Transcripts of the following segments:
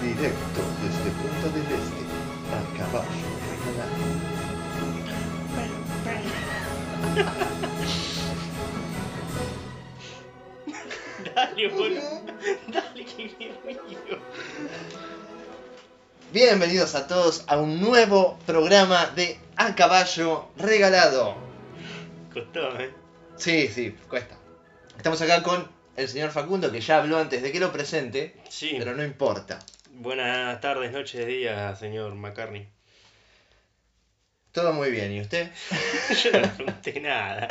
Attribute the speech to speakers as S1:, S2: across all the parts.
S1: directo desde Punta del Este a caballo regalado.
S2: Dale, boludo. Dale, que me río.
S3: Bienvenidos a todos a un nuevo programa de A Caballo Regalado.
S2: Costó, eh.
S3: Sí, sí, cuesta. Estamos acá con el señor Facundo, que ya habló antes de que lo presente,
S2: Sí.
S3: pero no importa.
S2: Buenas tardes, noches, días, señor McCartney.
S3: Todo muy bien, ¿y usted?
S2: Yo no le pregunté nada.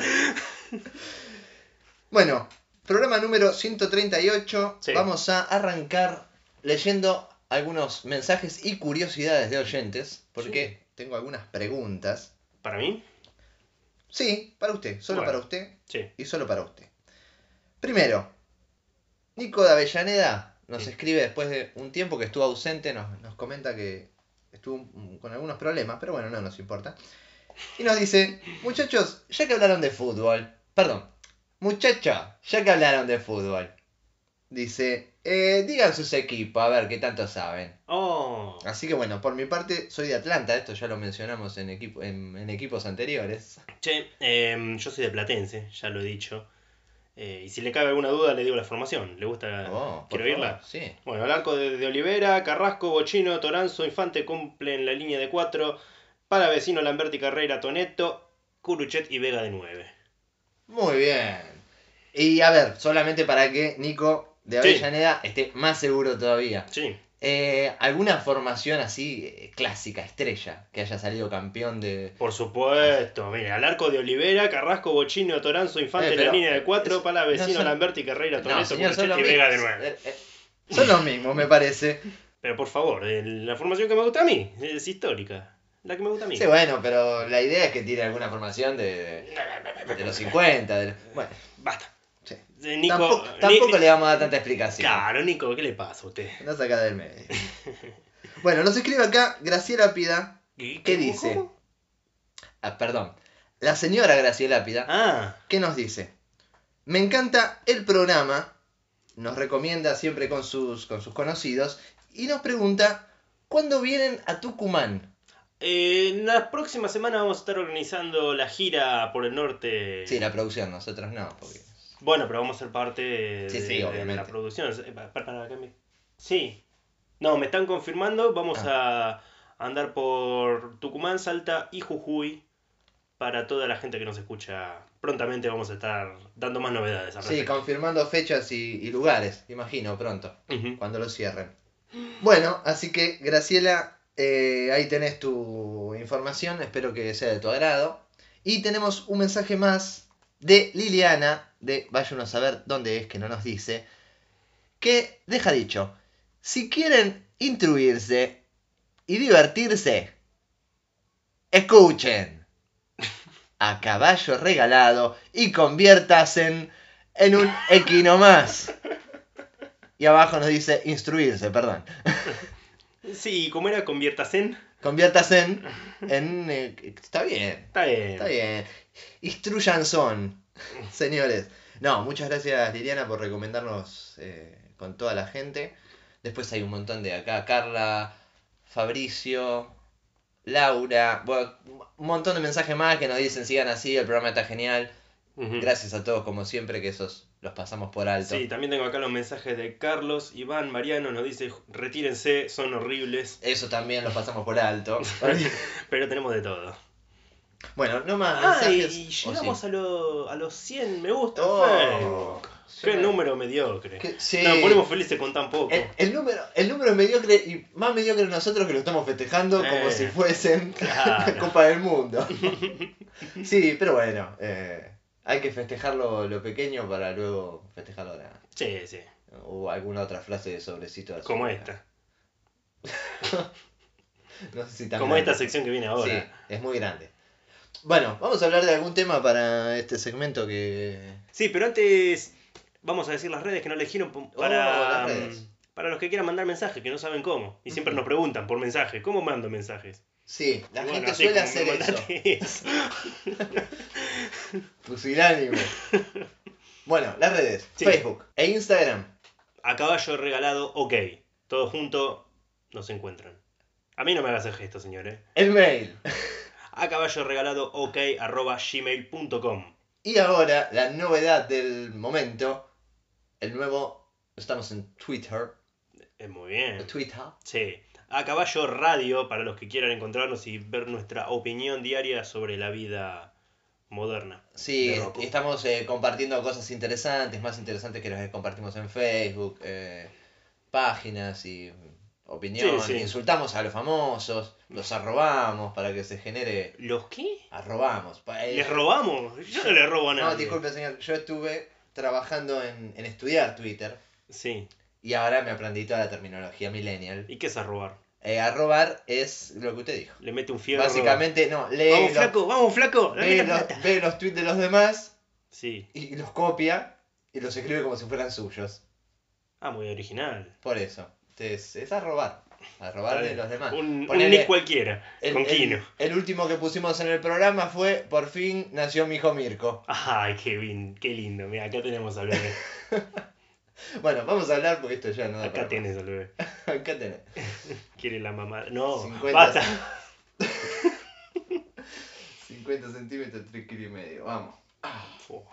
S3: Bueno, programa número 138.
S2: Sí.
S3: Vamos a arrancar leyendo algunos mensajes y curiosidades de oyentes, porque tengo algunas preguntas.
S2: ¿Para mí?
S3: Sí, para usted, solo
S2: Bueno.
S3: para usted
S2: Sí.
S3: y solo para usted. Primero, Nico de Avellaneda nos
S2: Sí.
S3: escribe después de un tiempo que estuvo ausente, nos, nos comenta que estuvo mm, con algunos problemas, pero bueno, no nos importa. Y nos dice, muchachos, ya que hablaron de fútbol, perdón, muchacha, ya que hablaron de fútbol, dice, "eh, digan sus equipos, a ver qué tanto saben.
S2: Oh.
S3: Así que bueno, por mi parte soy de Atlanta, esto ya lo mencionamos en, equipo, en- en equipos anteriores.
S2: Che, em, yo soy de Platense, ya lo he dicho. Eh, y si le cabe alguna duda, le digo la formación. ¿Le gusta?
S3: Oh, por
S2: ¿Quiero oírla?
S3: favor, Sí.
S2: Bueno, el arco de, de Olivera, Carrasco, Bochino, Toranzo, Infante cumplen la línea de 4. Para vecino Lamberti Carrera, Toneto, Curuchet y Vega de 9.
S3: Muy bien. Y a ver, solamente para que Nico de
S2: Sí.
S3: Avellaneda esté más seguro todavía.
S2: Sí.
S3: Eh, ¿Alguna formación así eh, clásica, estrella, que haya salido campeón de...
S2: Por supuesto, mira, al arco de Olivera, Carrasco, Bochino, Toranzo, Infante,
S3: Eh,
S2: la
S3: pero,
S2: línea de
S3: eh,
S2: 4,
S3: es-
S2: para vecino
S3: no son-
S2: Lamberti, Carrera,
S3: No,
S2: Toneto,
S3: señor, son
S2: Curuchet
S3: los
S2: y Vega de
S3: mismos.
S2: 9.
S3: Eh, eh, Son los mismos, me parece.
S2: Pero por favor, eh, la formación que me gusta a mí, eh, es histórica. La que me gusta a mí.
S3: Sí, bueno, pero la idea es que tire alguna formación de, de- de los 50. de los- Bueno,
S2: Basta.
S3: Sí.
S2: Eh, Nico,
S3: tampoco,
S2: Ni-
S3: tampoco le vamos a dar tanta explicación.
S2: Claro, Nico, ¿qué le pasa a usted?
S3: No saca del medio. Bueno, nos escribe acá Graciela Pida.
S2: ¿Qué,
S3: ¿Qué dice? Ah, perdón. La señora Graciela Pida.
S2: Ah,
S3: ¿Qué nos dice? Me encanta el programa, nos recomienda siempre con sus, con sus conocidos y nos pregunta, ¿cuándo vienen a Tucumán?
S2: eh, en la próxima semana vamos a estar organizando la gira por el norte.
S3: Sí, la producción, nosotros no, porque...
S2: Bueno, pero vamos a ser parte de,
S3: Sí, sí,
S2: de la
S3: obviamente.
S2: producción. Eh, pa- pa- para que me- Sí. No, me están confirmando. Vamos
S3: Ah.
S2: a andar por Tucumán, Salta y Jujuy. Para toda la gente que nos escucha, prontamente vamos a estar dando más novedades al
S3: Sí,
S2: respecto.
S3: confirmando fechas y, y lugares, imagino, pronto,
S2: Ujú.
S3: cuando lo cierren. Bueno, así que Graciela, eh, ahí tenés tu información, espero que sea de tu agrado. Y tenemos un mensaje más de Liliana, de vaya uno a saber dónde es que no nos dice, que deja dicho, si quieren instruirse y divertirse, escuchen a caballo regalado y conviertas en, en un equino más. Y abajo nos dice instruirse, perdón.
S2: Sí, como era, conviertas en.
S3: Conviertas en... en eh, está bien.
S2: Está bien.
S3: Está bien. Instruyan son, señores. No, muchas gracias Liliana por recomendarnos eh, con toda la gente. Después hay un montón de acá, Carla, Fabricio, Laura, bueno, un montón de mensajes más que nos dicen sigan así, el programa está genial.
S2: Ujú.
S3: Gracias a todos como siempre que esos los pasamos por alto.
S2: Mm. Sí, también tengo acá los mensajes de Carlos, Iván, Mariano, nos dice, retírense, son horribles,
S3: Eso también los pasamos por alto.
S2: pero tenemos de todo.
S3: bueno, no más
S2: Ah, y
S3: mensajes.
S2: y
S3: ¿O
S2: llegamos
S3: sí?
S2: a, lo- a los 100 me gusta en
S3: Oh,
S2: Facebook.
S3: sí,
S2: Qué
S3: me-
S2: número mediocre.
S3: que- sí. Eh.
S2: Nos ponemos felices con tan poco.
S3: El, el número, el número es mediocre y más mediocre nosotros que lo estamos festejando como
S2: Eh,
S3: si fuesen la
S2: claro.
S3: Copa del Mundo. sí, pero bueno, eh, hay que festejar lo, lo pequeño para luego festejar lo grande.
S2: Sí, sí,
S3: O alguna otra frase de sobrecito. azul.
S2: como esta.
S3: No sé si tan
S2: Como
S3: grande.
S2: esta sección que viene ahora.
S3: Sí, es muy grande. Bueno, vamos a hablar de algún tema para este segmento que...
S2: Sí, pero antes vamos a decir las redes que nos eligieron p-
S3: Oh,
S2: para, mm,
S3: las redes.
S2: para los que quieran mandar mensajes, que no saben cómo. Y siempre
S3: Ujú.
S2: nos preguntan por mensaje, ¿cómo mando mensajes?
S3: Sí, la
S2: Y bueno,
S3: gente
S2: así
S3: suele
S2: como me
S3: hacer eso.
S2: mandaste eso.
S3: Pusilánime. bueno, las redes.
S2: Sí.
S3: Facebook e Instagram.
S2: A caballo regalado, ok. Todo junto, nos encuentran. A mí no me hagas el gesto, señores.
S3: El mail.
S2: A caballo regalado ok arroba gmail.com.
S3: Y ahora, la novedad del momento. El nuevo. Estamos en Twitter.
S2: Es Eh, muy bien.
S3: Twitter.
S2: Sí. A caballo radio para los que quieran encontrarnos y ver nuestra opinión diaria sobre la vida moderna.
S3: Sí,
S2: De Roku.
S3: estamos eh, compartiendo cosas interesantes, más interesantes que las que compartimos en Facebook, eh, páginas y opiniones.
S2: Sí, sí.
S3: Insultamos a los famosos, los arrobamos para que se genere.
S2: ¿Los qué?
S3: Arrobamos. Pa- eh,
S2: ¿Les robamos? Yo no les robo a nadie.
S3: No, disculpe, señor. Yo estuve trabajando en, en estudiar Twitter
S2: Sí.
S3: y ahora me aprendí toda la terminología millennial.
S2: ¿Y qué es arrobar?
S3: Eh, arrobar es lo que usted dijo.
S2: Le mete un fierro.
S3: Básicamente, eh, no, lee
S2: Vamos,
S3: los-
S2: flaco, vamos, flaco. Dame
S3: ve
S2: la
S3: los-
S2: plata.
S3: ve los tweets de los demás
S2: Sí.
S3: y los copia y los escribe como si fueran suyos.
S2: Ah, muy original.
S3: Por eso. Es, es a robar. A robar de los demás.
S2: Un, un
S3: Ponele
S2: nick cualquiera, con Kino.
S3: el último que pusimos en el programa fue Por fin nació mi hijo Mirko.
S2: Ay, qué, bien, qué lindo. Mira, acá tenemos al bebé.
S3: Bueno, vamos a hablar porque esto ya no da
S2: Acá
S3: para-
S2: tienes al bebé.
S3: Acá tenés.
S2: Quiere la mamá. No,
S3: 50.
S2: basta.
S3: 50 centímetros, 3 kilos y medio. Vamos.
S2: Fu.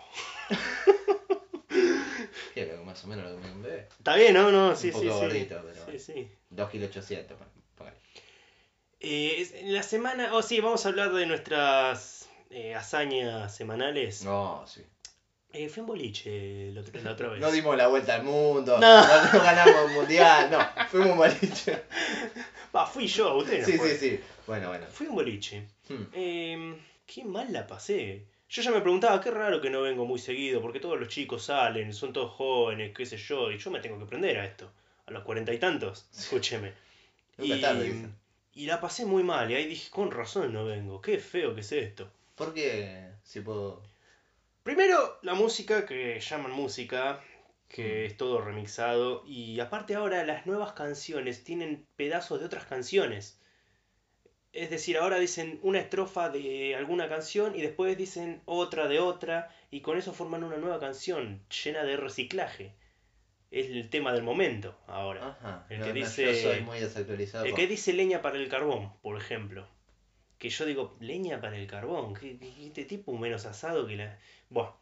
S3: Que lo- más o menos lo ¿eh? que me un bebé.
S2: Está bien, ¿no? No, sí,
S3: Un poco
S2: sí, sí.
S3: gordito, pero
S2: Sí, sí.
S3: 2 kilos 800. pon- ponele.
S2: Eh, es- en la semana, oh sí, vamos a hablar de nuestras eh, hazañas semanales.
S3: No, sí.
S2: Eh, fue un boliche el otro- la otra vez.
S3: No dimos la vuelta al mundo.
S2: No.
S3: No, no ganamos el mundial. No, fuimos malichos.
S2: Va, fui yo, usted no
S3: Sí,
S2: fue.
S3: sí, sí. Bueno, bueno.
S2: Fui un boliche.
S3: Hmm.
S2: Eh, qué mal la pasé. Yo ya me preguntaba, qué raro que no vengo muy seguido, porque todos los chicos salen, son todos jóvenes, qué sé yo, y yo me tengo que prender a esto, a los cuarenta y tantos, escúcheme.
S3: Nunca
S2: y,
S3: tarde, dicen.
S2: y la pasé muy mal, y ahí dije, con razón no vengo, qué feo que es esto.
S3: ¿Por qué? Si puedo.
S2: Primero, la música, que llaman música, que
S3: Mm.
S2: es todo remixado, y aparte ahora las nuevas canciones tienen pedazos de otras canciones. Es decir, ahora dicen una estrofa de alguna canción y después dicen otra de otra, y con eso forman una nueva canción llena de reciclaje. Es el tema del momento ahora.
S3: Ajá.
S2: El
S3: no,
S2: que
S3: no,
S2: dice-
S3: Yo soy muy desactualizado.
S2: El
S3: con-
S2: que dice leña para el carbón, por ejemplo. Que yo digo, leña para el carbón, que este tipo menos asado que la... Bueno,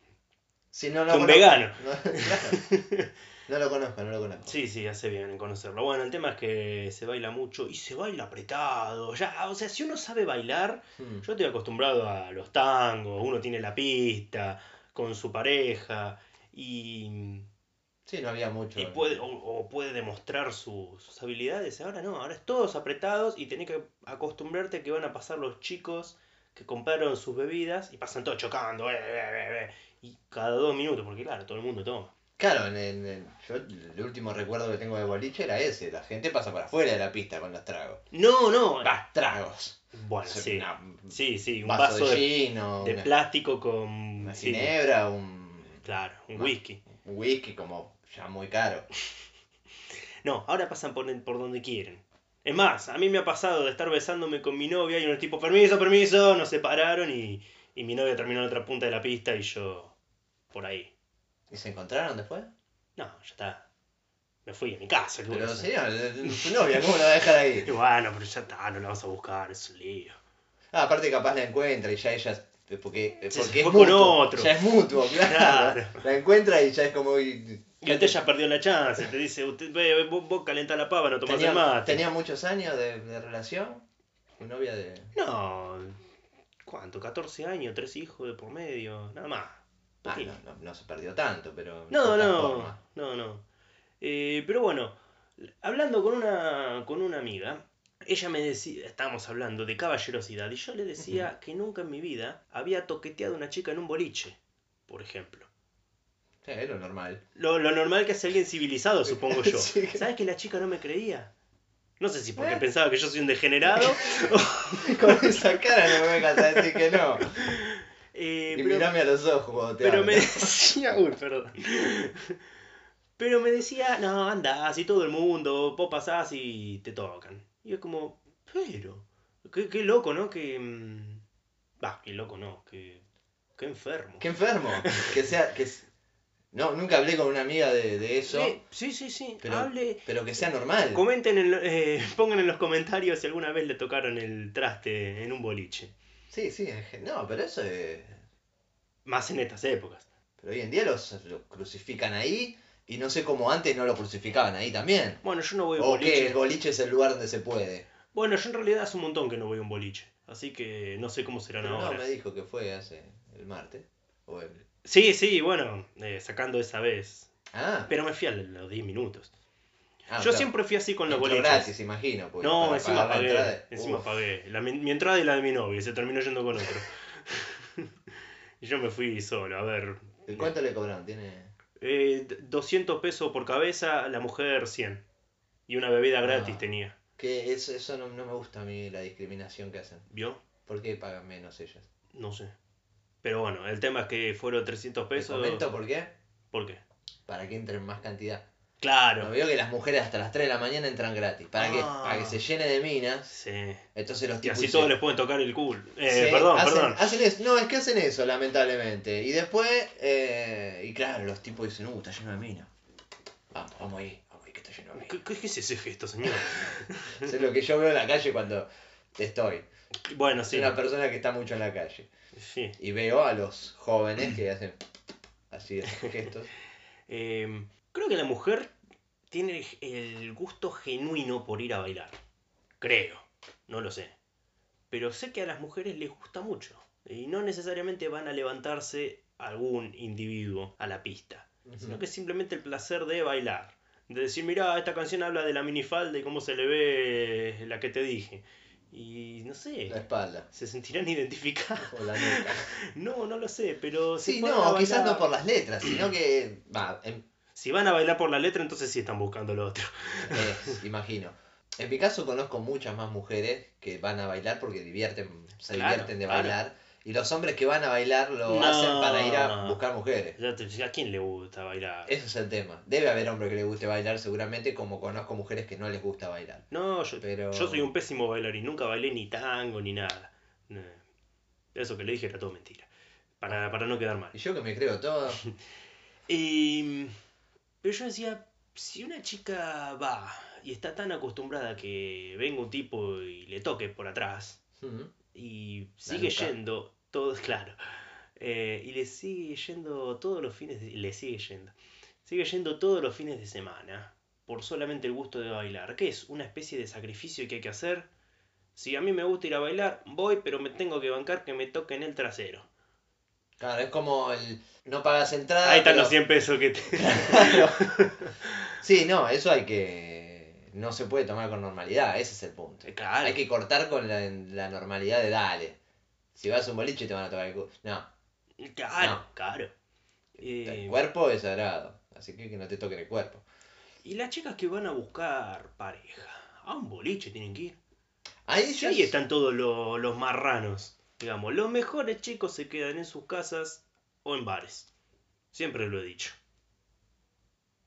S3: Si no lo
S2: que un
S3: conozco-
S2: vegano.
S3: No, claro. No lo conozco, no lo conozco.
S2: Sí, sí, hace bien en conocerlo. Bueno, el tema es que se baila mucho y se baila apretado. Ya, o sea, si uno sabe bailar,
S3: Hmm.
S2: yo estoy acostumbrado a los tangos, uno tiene la pista con su pareja y,
S3: Sí, no había mucho.
S2: y puede, o, o puede demostrar su- sus habilidades. Ahora no, ahora es todos apretados y tenés que acostumbrarte que van a pasar los chicos que compraron sus bebidas y pasan todos chocando. eh, eh, eh, eh, y cada dos minutos, porque claro, todo el mundo toma.
S3: Claro, en, en- en- yo el último recuerdo que tengo de boliche era ese. La gente pasa para afuera de la pista con los tragos.
S2: No, no.
S3: Los tragos.
S2: Bueno,
S3: Es
S2: sí.
S3: una-
S2: Sí, sí,
S3: un
S2: un
S3: vaso, de
S2: de,
S3: gin o
S2: de
S3: una,
S2: plástico con.
S3: una
S2: sí,
S3: ginebra, un,
S2: claro, un
S3: Bueno.
S2: whisky.
S3: un whisky como ya muy caro.
S2: No, ahora pasan por, por donde quieren. Es más, a mí me ha pasado de estar besándome con mi novia y unos tipo, permiso, permiso, nos separaron y, y mi novia terminó en la otra punta de la pista y yo por ahí.
S3: ¿Y se encontraron después?
S2: No, ya está. Me fui a mi casa. ¿qué voy a
S3: Pero
S2: hacer?
S3: señor, su novia, ¿cómo la va a dejar ahí?
S2: Y bueno, pero ya está, no la vas a buscar, es un lío.
S3: Ah, aparte capaz la encuentra y ya ella eh, porque,
S2: Se
S3: porque es
S2: fue con
S3: mutuo,
S2: otro.
S3: Ya es mutuo, claro.
S2: Claro.
S3: La encuentra y ya es como y-
S2: Y usted ya perdió la chance, te dice, usted, ve, ve, vos, vos calentá la pava, no tomás el
S3: tenía,
S2: mate.
S3: tenía muchos años de, de relación, su novia de
S2: No, ¿cuánto? 14 años, tres hijos de por medio, nada más.
S3: Ah,
S2: Poquito.
S3: no, no, no se perdió tanto, pero de
S2: No,
S3: todas
S2: no,
S3: formas.
S2: no, no. Eh, pero bueno, hablando con una, con una amiga, ella me decía, estábamos hablando de caballerosidad, y yo le decía que nunca en mi vida había toqueteado a una chica en un boliche, por ejemplo.
S3: Sí, es lo normal.
S2: Lo, lo normal que hace alguien civilizado, supongo yo.
S3: Sí.
S2: ¿Sabes que la chica no me creía? No sé si porque
S3: ¿Eh?
S2: pensaba que yo soy un degenerado.
S3: Con esa cara no me vas a decir que no.
S2: eh,
S3: Y
S2: pero-
S3: mirame a los ojos cuando te
S2: Pero
S3: hablo.
S2: me decía, uy, perdón. Pero me decía, no, andás y todo el mundo, vos pasás y te tocan. Y es como, pero, qué, qué loco, ¿no? Que. mm, Va, qué loco, no, que. Qué enfermo.
S3: Qué enfermo. Que sea, que, No, nunca hablé con una amiga de, de eso,
S2: Sí, sí, sí, sí.
S3: pero,
S2: Hable.
S3: pero que sea normal.
S2: Comenten, en lo- eh, pongan en los comentarios si alguna vez le tocaron el traste en un boliche.
S3: Sí, sí, en gen- no, pero eso es...
S2: Más en estas épocas.
S3: Pero hoy en día los, los crucifican ahí y no sé cómo antes no lo crucificaban ahí también.
S2: Bueno, yo no voy a un
S3: O que el
S2: boliche.
S3: boliche es el lugar donde se puede.
S2: Bueno, yo en realidad hace un montón que no voy a un boliche. Así que no sé cómo serán
S3: Pero no,
S2: ahora.
S3: me dijo que fue hace el martes. o el-
S2: Sí, sí, bueno, eh, sacando esa vez.
S3: Ah,
S2: Pero me fui a los 10 minutos.
S3: ah,
S2: Yo
S3: claro.
S2: siempre fui así con los
S3: Entró
S2: boliches.
S3: gratis, imagino. porque
S2: No,
S3: para
S2: encima
S3: pagar la
S2: pagué.
S3: entrada-
S2: Encima
S3: Uf,
S2: pagué. La- mi, mi entrada y la de mi novia. Se terminó yendo con otro. y yo me fui solo. A ver.
S3: ¿y ¿Cuánto le cobraron? Tiene...
S2: Eh, d- 200 pesos por cabeza, la mujer 100. Y una bebida gratis
S3: Ah.
S2: tenía.
S3: Que eso, eso no, no me gusta a mí, la discriminación que hacen.
S2: ¿Vio?
S3: ¿Por qué pagan menos ellas?
S2: No sé. Pero bueno, el tema es que fueron 300
S3: ¿Te
S2: pesos.
S3: comento por qué?
S2: ¿Por qué?
S3: Para que entren más cantidad. No
S2: Claro.
S3: veo que las mujeres hasta las 3 de la mañana entran gratis. ¿Para qué?
S2: Ah.
S3: Para que se llene de minas.
S2: Sí.
S3: Entonces los
S2: Y
S3: tipos
S2: así
S3: dicen,
S2: todos les pueden tocar el culo. Eh,
S3: Sí,
S2: perdón,
S3: hacen-
S2: perdón.
S3: hacen eso. No, es que hacen eso, lamentablemente. Y después, eh, y claro, los tipos dicen, uh, está lleno de mina. Vamos, vamos ahí, vamos ahí, que está lleno de mina.
S2: ¿Qué, qué- qué es ese gesto, señor?
S3: Eso es lo que yo veo en la calle cuando estoy.
S2: bueno,
S3: Soy
S2: sí.
S3: una persona que está mucho en la calle.
S2: Sí.
S3: Y veo a los jóvenes que hacen así esos gestos.
S2: Eh, creo que la mujer tiene el gusto genuino por ir a bailar. Creo. No lo sé. Pero sé que a las mujeres les gusta mucho. Y no necesariamente van a levantarse algún individuo a la pista. Sino que es simplemente el placer de bailar. De decir, mirá, esta canción habla de la minifalda y cómo se le ve la que te dije. Y no
S3: La
S2: sé.
S3: espalda.
S2: Se sentirán identificadas.
S3: O la nuca.
S2: No, no lo sé, pero si
S3: Sí,
S2: fueran
S3: no,
S2: a
S3: quizás
S2: bailar-
S3: no por las letras, sino que. Va, en-
S2: Si van a bailar por la letra, entonces sí están buscando lo otro.
S3: es, imagino. En mi caso conozco muchas más mujeres que van a bailar porque divierten, se
S2: Claro,
S3: divierten de
S2: claro.
S3: bailar. Y los hombres que van a bailar lo
S2: No.
S3: hacen para ir a buscar mujeres.
S2: Ya te- ¿A quién le gusta bailar?
S3: Ese es el tema. Debe haber hombres que les guste bailar seguramente como conozco mujeres que no les gusta bailar.
S2: No, yo,
S3: Pero...
S2: yo soy un pésimo bailarín. Nunca bailé ni tango ni nada. No. Eso que le dije era todo mentira. Para, para no quedar mal.
S3: Y yo que me creo todo.
S2: Y, pero yo decía, si una chica va y está tan acostumbrada que venga un tipo y le toque por atrás,
S3: Mm.
S2: y sigue
S3: nuca.
S2: yendo todo claro eh, y le sigue yendo todos los fines de, le sigue yendo sigue yendo todos los fines de semana por solamente el gusto de bailar que es una especie de sacrificio que hay que hacer si a mí me gusta ir a bailar voy pero me tengo que bancar que me toquen el trasero
S3: Claro, es como el no pagas entrada.
S2: ahí están
S3: Ah, pero-
S2: los 100 pesos que te...
S3: Sí, no, eso hay que. No se puede tomar con normalidad, ese es el punto.
S2: claro
S3: Hay que cortar con la, la normalidad de dale. Si vas a un boliche te van a tocar el culo. No,
S2: claro
S3: No.
S2: claro Eh,
S3: el cuerpo es sagrado. Así que que no te toquen el cuerpo.
S2: y las chicas que van a buscar pareja a un boliche tienen que ir
S3: Ahí
S2: Sí,
S3: ya
S2: ahí
S3: es-
S2: están todos lo- los marranos. Digamos, los mejores chicos se quedan en sus casas o en bares. Siempre lo he dicho.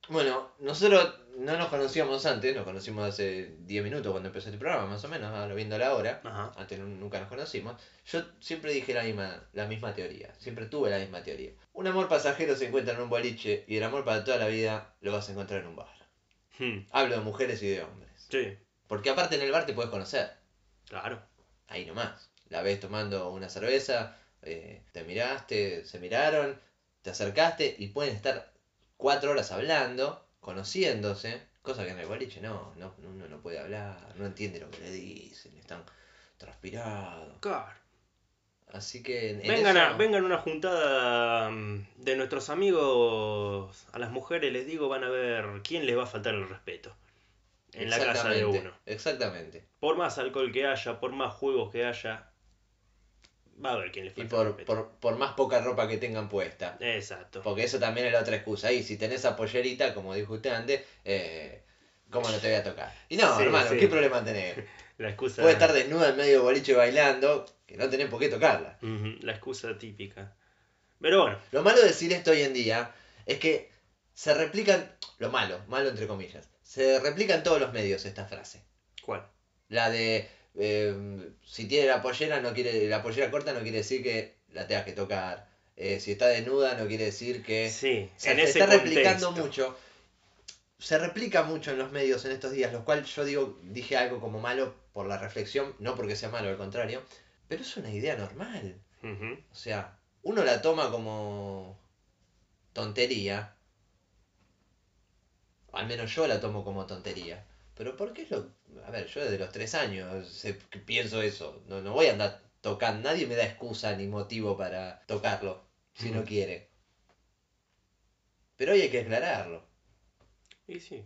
S3: Bueno, nosotros no nos conocíamos antes, nos conocimos hace 10 minutos cuando empezó el programa, más o menos, ahora viendo la hora.
S2: Ajá.
S3: Antes nu- nunca nos conocimos. Yo siempre dije la misma, la misma teoría, siempre tuve la misma teoría. Un amor pasajero se encuentra en un boliche y el amor para toda la vida lo vas a encontrar en un bar.
S2: Hmm,
S3: Hablo de mujeres y de hombres.
S2: Sí,
S3: Porque aparte en el bar te puedes conocer.
S2: claro.
S3: ahí nomás. La ves tomando una cerveza, eh, te miraste, se miraron, te acercaste y pueden estar cuatro horas hablando, conociéndose, cosa que en el boliche no, no uno no puede hablar, no entiende lo que le dicen, están transpirados.
S2: Claro.
S3: Así que en, en
S2: Vengan a,
S3: eso-
S2: vengan a una juntada mm, de nuestros amigos, a las mujeres les digo, van a ver quién les va a faltar el respeto. En la casa de
S3: Exactamente,
S2: uno.
S3: Exactamente.
S2: Por más alcohol que haya, por más juegos que haya, va a haber quién les
S3: Y
S2: falta el
S3: por,
S2: respeto.
S3: por, por más poca ropa que tengan puesta.
S2: Exacto.
S3: Porque eso también es la otra excusa. Y si tenés esa pollerita, como dijo usted antes, eh, ¿cómo no te voy a tocar? Y no,
S2: Sí,
S3: hermano,
S2: sí.
S3: ¿qué problema tenés?
S2: La excusa.
S3: Puede estar desnuda en medio del boliche bailando, que no tenés por qué tocarla.
S2: Ujú, La excusa típica. Pero bueno,
S3: Lo malo de decir esto hoy en día es que se replican, lo malo, malo entre comillas, se replican todos los medios esta frase.
S2: ¿cuál?
S3: La de, em, eh, si tiene la pollera, no quiere, la pollera corta no quiere decir que la tengas que tocar. eh, si está desnuda no quiere decir que...
S2: Sí,
S3: O sea,
S2: en
S3: Eh, se
S2: ese
S3: está replicando
S2: contexto.
S3: mucho. Se replica mucho en los medios en estos días, lo cual yo digo, dije algo como malo por la reflexión, no porque sea malo, al contrario, pero es una idea normal.
S2: Ujú.
S3: O sea, uno la toma como tontería. Al menos yo la tomo como tontería. Pero ¿por qué es lo... A ver, yo desde los tres años sé que pienso eso. No, no voy a andar tocando. Nadie me da excusa ni motivo para tocarlo, si no
S2: Ujú.
S3: quiere. Pero hoy hay que aclararlo.
S2: Y sí.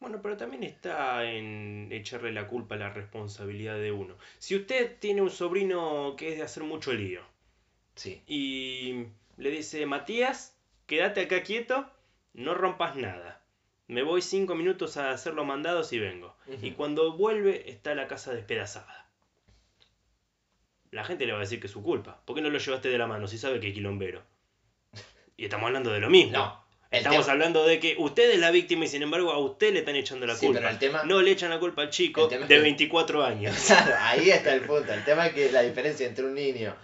S2: Bueno, pero también está en echarle la culpa, la responsabilidad de uno. Si usted tiene un sobrino que es de hacer mucho lío
S3: Sí.
S2: y le dice, Matías, quédate acá quieto, no rompas nada. Me voy cinco minutos a hacer los mandados y vengo. Y
S3: Ujú.
S2: cuando vuelve está la casa despedazada. La gente le va a decir que es su culpa. ¿Por qué no lo llevaste de la mano si sabe que es quilombero? Y estamos hablando de lo mismo.
S3: No. el
S2: Estamos
S3: tema-
S2: hablando de que usted es la víctima y sin embargo a usted le están echando la
S3: Sí,
S2: culpa.
S3: pero el tema-
S2: No le echan la culpa al chico
S3: El tema
S2: de
S3: es que-
S2: 24 años.
S3: Claro, ahí está el punto. El tema es que la diferencia entre un niño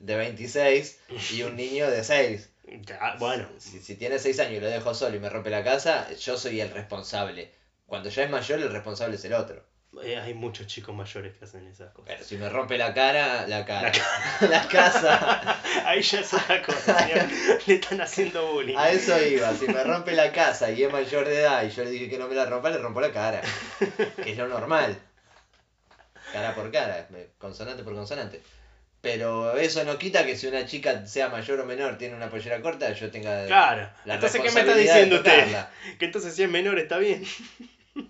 S3: de 26 y un niño de 6.
S2: Ya, bueno,
S3: Si, si tiene 6 años y lo dejo solo y me rompe la casa, yo soy el responsable. Cuando ya es mayor, el responsable es el otro.
S2: eh, hay muchos chicos mayores que hacen esas cosas.
S3: Pero si me rompe la cara, la cara. La casa.
S2: Ahí ya es otra cosa, señor. le están haciendo bullying.
S3: A eso iba. Si me rompe la casa y es mayor de edad y yo le dije que no me la rompa, le rompo la cara. Que es lo normal. Cara por cara, me- consonante por consonante. Pero eso no quita que si una chica sea mayor o menor, tiene una pollera corta, yo tenga
S2: Claro.
S3: la
S2: entonces, ¿qué me está
S3: responsabilidad de
S2: diciendo usted?
S3: tocarla.
S2: Que entonces si es menor está bien.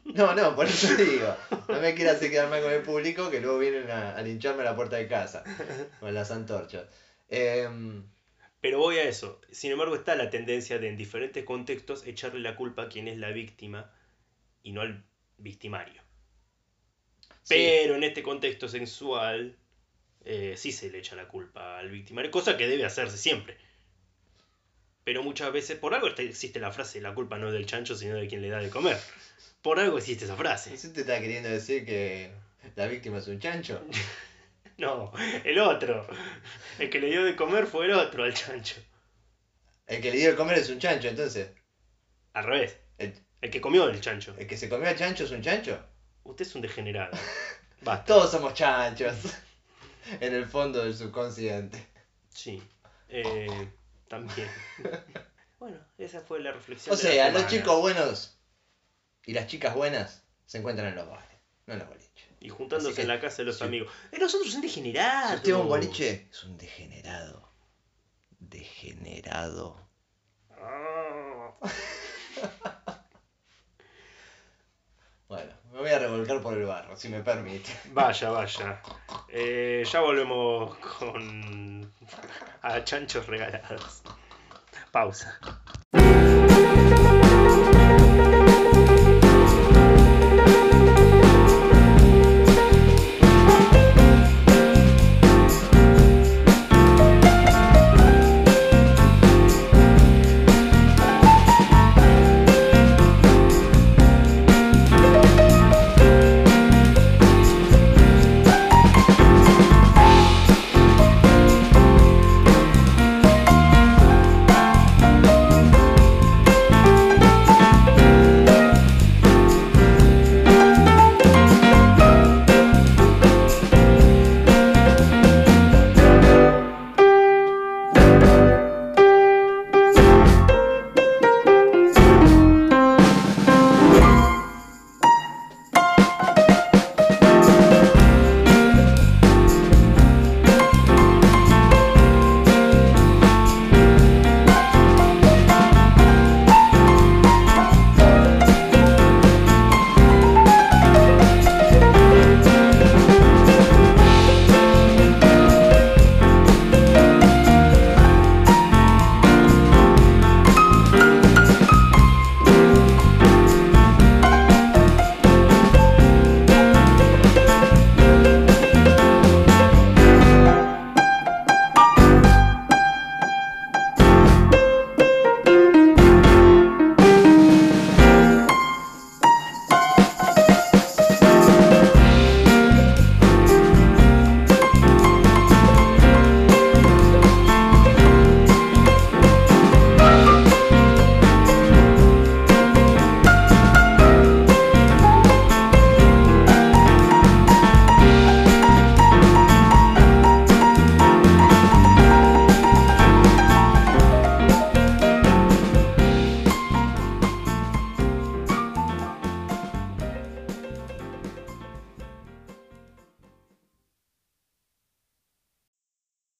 S3: No, no, por eso digo. No me quiero hacer quedar mal con el público que luego vienen a, a lincharme a la puerta de casa con las antorchas. Em,
S2: Pero voy a eso. Sin embargo, está la tendencia de en diferentes contextos echarle la culpa a quien es la víctima y no al victimario.
S3: sí,
S2: Pero en este contexto sensual, eh, sí se le echa la culpa al victimario, cosa que debe hacerse siempre. Pero muchas veces, por algo está- existe la frase, la culpa no es del chancho, sino de quien le da de comer. Por algo existe esa frase.
S3: ¿sí te está queriendo decir que la víctima es un chancho?
S2: No, el otro. El que le dio de comer fue el otro, al chancho.
S3: El que le dio de comer es un chancho, entonces.
S2: Al revés.
S3: El,
S2: El que comió el chancho.
S3: el que se comió al chancho es un chancho.
S2: Usted es un degenerado. Basta.
S3: Todos somos chanchos. En el fondo del subconsciente.
S2: Sí. Eh, también. Bueno, esa fue la reflexión.
S3: O
S2: de la
S3: sea, los
S2: semana.
S3: chicos buenos y las chicas buenas se encuentran en los bares, no en los boliches.
S2: Y juntándose
S3: Así que,
S2: en la casa de los
S3: sí.
S2: amigos. ¡Eh, nosotros son degenerados!
S3: Si usted va a Ah, un boliche, es un degenerado. Degenerado.
S2: Ah.
S3: Bueno, me voy a revolcar por el barro, si me permite.
S2: Vaya, vaya. Eh, ya volvemos con. a chanchos regalados. Pausa.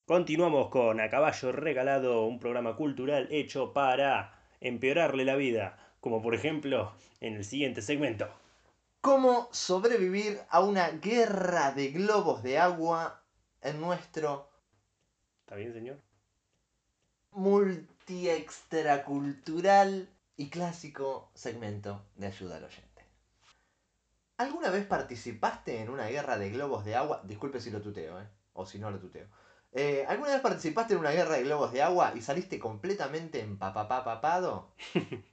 S2: Continuamos con A Caballo Regalado, un programa cultural hecho para empeorarle la vida, como por ejemplo en el siguiente segmento.
S3: ¿Cómo sobrevivir a una guerra de globos de agua en nuestro
S2: ¿Está bien, señor?
S3: multiextracultural y clásico segmento de ayuda al oyente? ¿Alguna vez participaste en una guerra de globos de agua? Disculpe si lo tuteo, ¿eh? O si no lo tuteo. Eh, ¿Alguna vez participaste en una guerra de globos de agua y saliste completamente empapapapapado?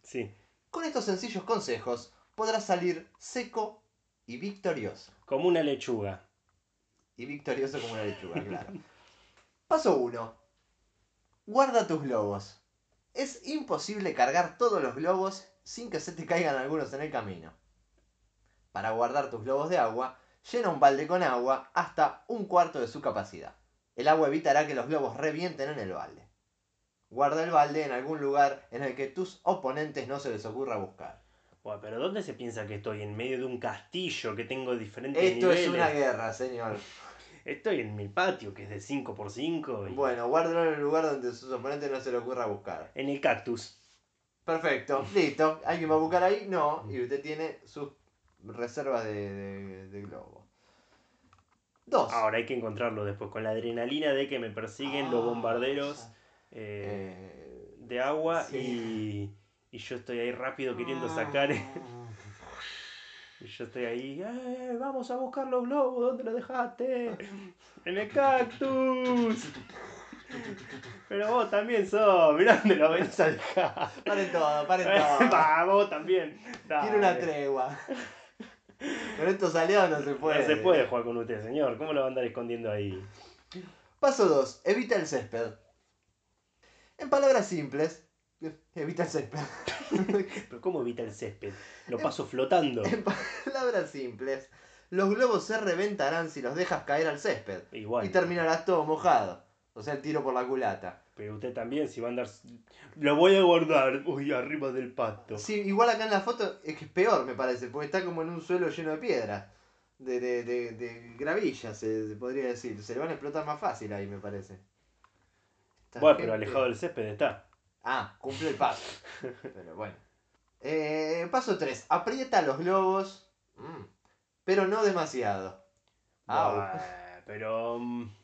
S2: Sí,
S3: Con estos sencillos consejos podrás salir seco y victorioso.
S2: como una lechuga.
S3: Y victorioso como una lechuga, claro. Paso 1. Guarda tus globos. Es imposible cargar todos los globos sin que se te caigan algunos en el camino. Para guardar tus globos de agua, llena un balde con agua hasta un cuarto de su capacidad. El agua evitará que los globos revienten en el balde. Guarda el balde en algún lugar en el que tus oponentes no se les ocurra buscar.
S2: Buah, pero ¿dónde se piensa que estoy? En medio de un castillo que tengo diferentes
S3: Esto
S2: niveles.
S3: es una guerra, señor.
S2: Estoy en mi patio, que es de 5x5. y-
S3: Bueno, guárdalo en el lugar donde sus oponentes no se le ocurra buscar.
S2: En el cactus.
S3: Perfecto, listo. ¿Alguien va a buscar ahí? No. Y usted tiene sus reservas de, de, de globo. Dos.
S2: Ahora hay que encontrarlo después, con la adrenalina de que me persiguen
S3: Ah,
S2: los bombarderos
S3: ya.
S2: eh,
S3: Eh,
S2: de agua
S3: sí.
S2: y, y yo estoy ahí
S3: eh,
S2: rápido queriendo
S3: ah.
S2: sacar. Y yo estoy ahí, "Eh, vamos a buscar los globos, ¿dónde los dejaste? En el cactus. Pero vos también sos, mirá dónde los venís a dejar.
S3: Paren todo, paren todo.
S2: Va, vos también.
S3: Quiero una
S2: Dale.
S3: tregua. Con estos aliados no se puede.
S2: No se puede jugar con usted, señor. ¿Cómo lo va a andar escondiendo ahí?
S3: Paso 2. Evita el césped. En palabras simples, evita el césped.
S2: Pero ¿cómo evita el césped? Lo paso flotando.
S3: En palabras simples, los globos se reventarán si los dejas caer al césped
S2: Igual.
S3: y terminarás todo mojado. O sea, el tiro por la culata.
S2: Pero usted también, si va a andar. Lo voy a guardar. Uy, arriba del pasto.
S3: Sí, igual acá en la foto es que es peor, me parece, porque está como en un suelo lleno de piedras. De, de, de, de gravillas, se, se podría decir. Se le van a explotar más fácil ahí, me parece. Esta
S2: Bueno, pero
S3: gente-
S2: alejado del césped está.
S3: Ah, cumple el paso. pero bueno. Eh, paso 3. Aprieta los globos. Mm, pero no demasiado. Au.
S2: Buah, pero. mm,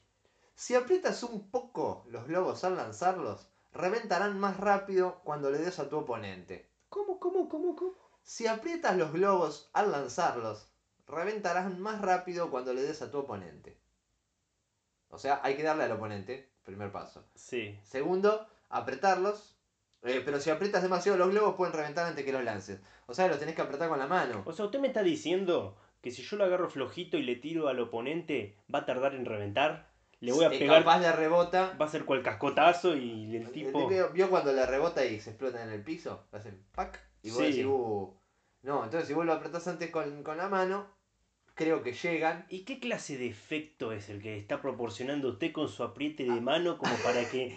S3: Si aprietas un poco los globos al lanzarlos, reventarán más rápido cuando le des a tu oponente.
S2: ¿Cómo, cómo, cómo, cómo?
S3: Si aprietas los globos al lanzarlos, reventarán más rápido cuando le des a tu oponente. O sea, hay que darle al oponente, primer paso.
S2: Sí.
S3: Segundo, apretarlos. eh, pero si aprietas demasiado los globos pueden reventar antes que los lances. O sea, los tenés que apretar con la mano.
S2: O sea, usted me está diciendo que si yo lo agarro flojito y le tiro al oponente, ¿va a tardar en reventar? Le voy a
S3: Eh,
S2: pegar.
S3: Capaz le rebota.
S2: Va a ser cual cascotazo y el tipo.
S3: ¿Vio- ¿Vio cuando le rebota y se explota en el piso? Hacen pac. Y vos
S2: Sí.
S3: decís, "Uh". No, entonces si vos lo apretás antes con, con la mano, creo que llegan.
S2: ¿Y qué clase de efecto es el que está proporcionando usted con su apriete de mano como para que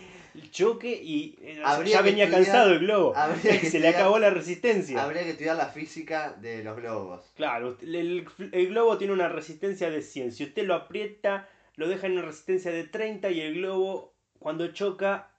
S2: choque y eh,
S3: Habría
S2: ya
S3: que
S2: venía
S3: estudiar-
S2: cansado el globo?
S3: habría que
S2: Oh, Se le
S3: estudiar-
S2: acabó la resistencia.
S3: Habría que estudiar la física de los globos.
S2: Claro, usted- el, el globo tiene una resistencia de 100. Si usted lo aprieta, lo deja en una resistencia de 30 y el globo cuando choca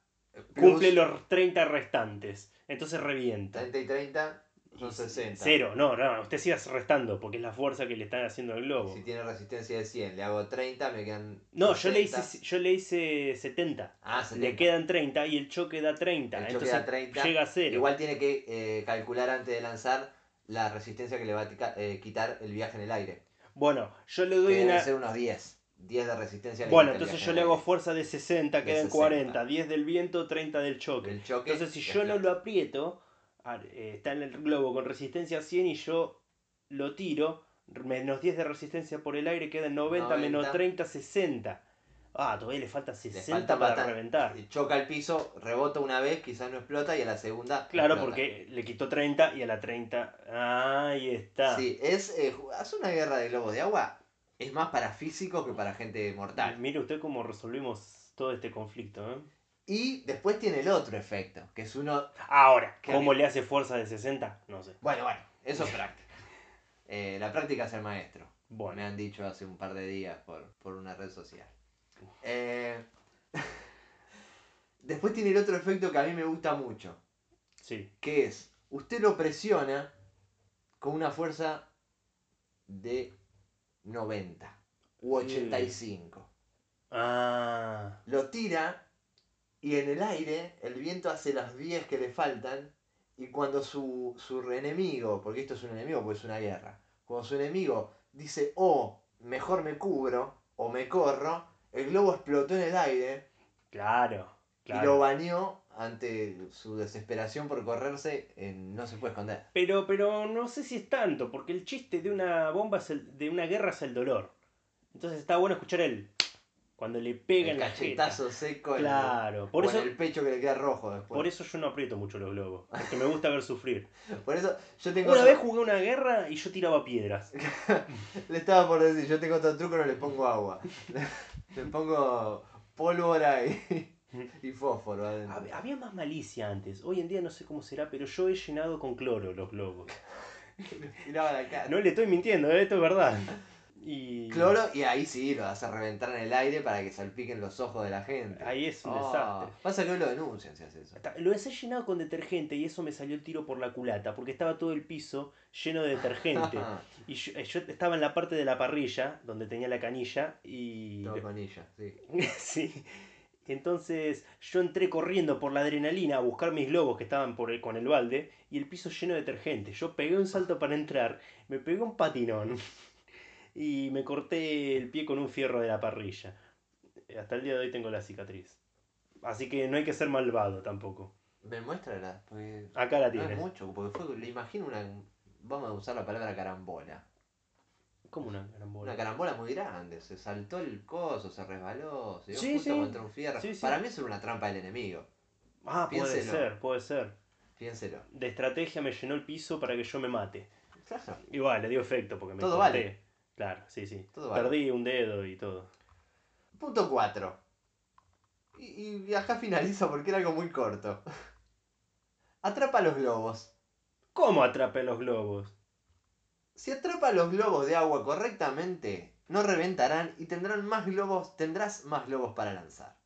S2: cumple
S3: Plus
S2: los 30 restantes. Entonces revienta.
S3: 30 y 30 son
S2: Y
S3: 60.
S2: Cero, no, no, usted siga restando porque es la fuerza que le están haciendo al globo.
S3: Si tiene resistencia de 100, le hago 30, me quedan.
S2: No, yo le,
S3: 60.
S2: hice, yo le hice 70.
S3: Ah, 70.
S2: Le quedan 30 y el choque da 30.
S3: El choque
S2: entonces
S3: da 30.
S2: llega a cero.
S3: Igual tiene que eh, calcular antes de lanzar la resistencia que le va a tica- eh, quitar el viaje en el aire.
S2: Bueno, yo
S3: Que
S2: le doy
S3: deben
S2: una.
S3: ser unos 10. 10 de resistencia. le
S2: Bueno,
S3: quita el
S2: entonces
S3: viaje
S2: yo
S3: en
S2: le
S3: el
S2: hago
S3: aire.
S2: fuerza de 60,
S3: De
S2: quedan
S3: 60.
S2: 40. 10 del viento, 30 del choque.
S3: El choque.
S2: Entonces, si
S3: y
S2: yo no
S3: explota.
S2: lo aprieto, a- eh, está en el globo con resistencia 100 y yo lo tiro, menos 10 de resistencia por el aire, quedan 90,
S3: 90.
S2: menos 30, 60. Ah, todavía le falta 60
S3: falta
S2: para
S3: bastante.
S2: reventar.
S3: Choca el piso, rebota una vez, quizás no explota y a la segunda.
S2: Claro,
S3: explota.
S2: porque le quitó 30 y a la 30. ahí está.
S3: Sí, es. eh, ju- hace una guerra de globos de agua. Es más para físico que para gente mortal.
S2: Mire usted cómo resolvimos todo este conflicto. ¿eh?
S3: Y después tiene el otro efecto, que es uno.
S2: Ahora,
S3: Qué
S2: ¿cómo
S3: bien.
S2: le hace fuerza de 60? No sé.
S3: Bueno, bueno, eso es práctica. Eh, la práctica es el maestro. Me
S2: Bueno,
S3: han dicho hace un par de días por, por una red social. Eh, Después tiene el otro efecto que a mí me gusta mucho,
S2: Sí.
S3: que es, usted lo presiona con una fuerza de 90 u 85.
S2: Ah.
S3: Lo tira y en el aire el viento hace las 10 que le faltan y cuando su, su enemigo, porque esto es un enemigo, porque es una guerra, cuando su enemigo dice, oh, mejor me cubro o me corro, el globo explotó en el aire
S2: Claro.
S3: y lo
S2: Claro.
S3: bañó ante su desesperación por correrse, en no se puede esconder.
S2: Pero, pero no sé si es tanto, porque el chiste de una bomba es el- de una guerra es el dolor. Entonces está bueno escuchar el cuando le pega
S3: el
S2: en la jeta.
S3: cachetazo seco en el-
S2: Claro. Por
S3: o
S2: eso,
S3: en el pecho que le queda rojo después.
S2: por eso yo no aprieto mucho los globos. Porque me gusta ver sufrir.
S3: Por eso yo tengo
S2: Una
S3: otro-
S2: vez jugué una guerra y yo tiraba piedras.
S3: Le estaba por decir, yo tengo otro truco, no le pongo agua. Le, pongo pólvora y, y fósforo adentro.
S2: Hab- Había más malicia antes. Hoy en día no sé cómo será, pero yo he llenado con cloro los globos.
S3: Tiraba la cara.
S2: No le estoy mintiendo, eh, esto es verdad. Y
S3: Cloro y ahí sí lo hace reventar en el aire para que salpiquen los ojos de la gente.
S2: ahí es un
S3: Oh,
S2: desastre.
S3: Pasa que hoy lo denuncian si haces eso.
S2: Ta- Lo he llenado con detergente y eso me salió el tiro por la culata, porque estaba todo el piso lleno de detergente. y yo, eh, yo estaba en la parte de la parrilla, donde tenía la canilla, y...
S3: Todo con ella, sí.
S2: sí. Entonces yo entré corriendo por la adrenalina a buscar mis globos que estaban por el- con el balde y el piso lleno de detergente. Yo pegué un salto para entrar, me pegué un patinón y me corté el pie con un fierro de la parrilla. Eh, Hasta el día de hoy tengo la cicatriz. Así que no hay que ser malvado tampoco.
S3: Me muéstrala, porque
S2: Acá la
S3: no es
S2: tienes.
S3: mucho, porque fue, le imagino una. Vamos a usar la palabra carambola.
S2: Como una
S3: Una
S2: carambola.
S3: carambola muy grande, se saltó el coso, se resbaló, se dio
S2: Sí,
S3: justo
S2: sí.
S3: contra un fierro.
S2: Sí, sí.
S3: Para mí eso era una trampa del enemigo,
S2: Ah, puede
S3: Piénselo.
S2: ser, puede ser.
S3: piénselo.
S2: De estrategia me llenó el piso para que yo me mate.
S3: Claro.
S2: Igual, le dio efecto porque me
S3: Todo
S2: corté.
S3: vale.
S2: Claro, sí, sí.
S3: Todo vale.
S2: Perdí un dedo y todo.
S3: Punto 4. Y, y acá finalizo porque era algo muy corto. Atrapa los globos.
S2: ¿Cómo atrapé los globos?
S3: Si atrapa los globos de agua correctamente, no reventarán y tendrán más globos, tendrás más globos para lanzar.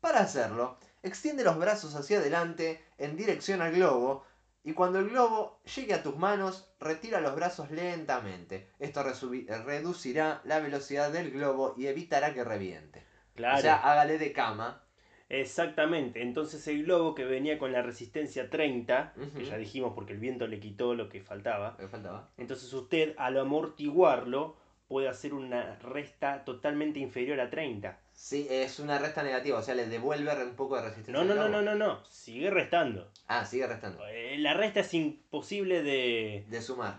S3: Para hacerlo, extiende los brazos hacia adelante en dirección al globo y cuando el globo llegue a tus manos, retira los brazos lentamente. Esto resubi- reducirá la velocidad del globo y evitará que reviente.
S2: Claro.
S3: O sea, hágale de cama.
S2: Exactamente. Entonces el globo que venía con la resistencia 30,
S3: Ujú.
S2: que ya dijimos porque el viento le quitó lo que faltaba,
S3: Lo que faltaba.
S2: entonces usted al amortiguarlo puede hacer una resta totalmente inferior a 30.
S3: Sí, es una resta negativa, o sea, le devuelve un poco de resistencia.
S2: No, no,
S3: al
S2: no,
S3: globo.
S2: no, no, no. Sigue restando.
S3: Ah, sigue restando.
S2: Eh, La resta es imposible de...
S3: De sumar.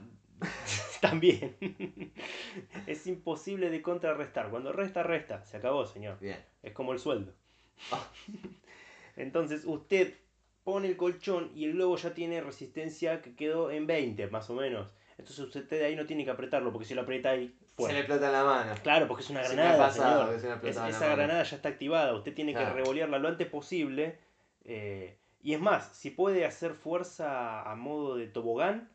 S2: También. es imposible de contrarrestar. Cuando resta, resta. Se acabó, señor.
S3: Bien.
S2: Es como el sueldo.
S3: Ah.
S2: Entonces usted pone el colchón y el globo ya tiene resistencia que quedó en 20 más o menos. Entonces usted de ahí no tiene que apretarlo porque si lo aprieta
S3: Se
S2: ahí
S3: le
S2: fuera.
S3: explota en la mano.
S2: Claro, porque es una
S3: Se me ha
S2: granada.
S3: pasado
S2: señor.
S3: que se me ha
S2: Es-
S3: explotado la
S2: esa
S3: mano.
S2: granada ya está activada. Usted tiene
S3: Claro.
S2: que revolearla lo antes posible. eh, y es más, si puede hacer fuerza a modo de tobogán,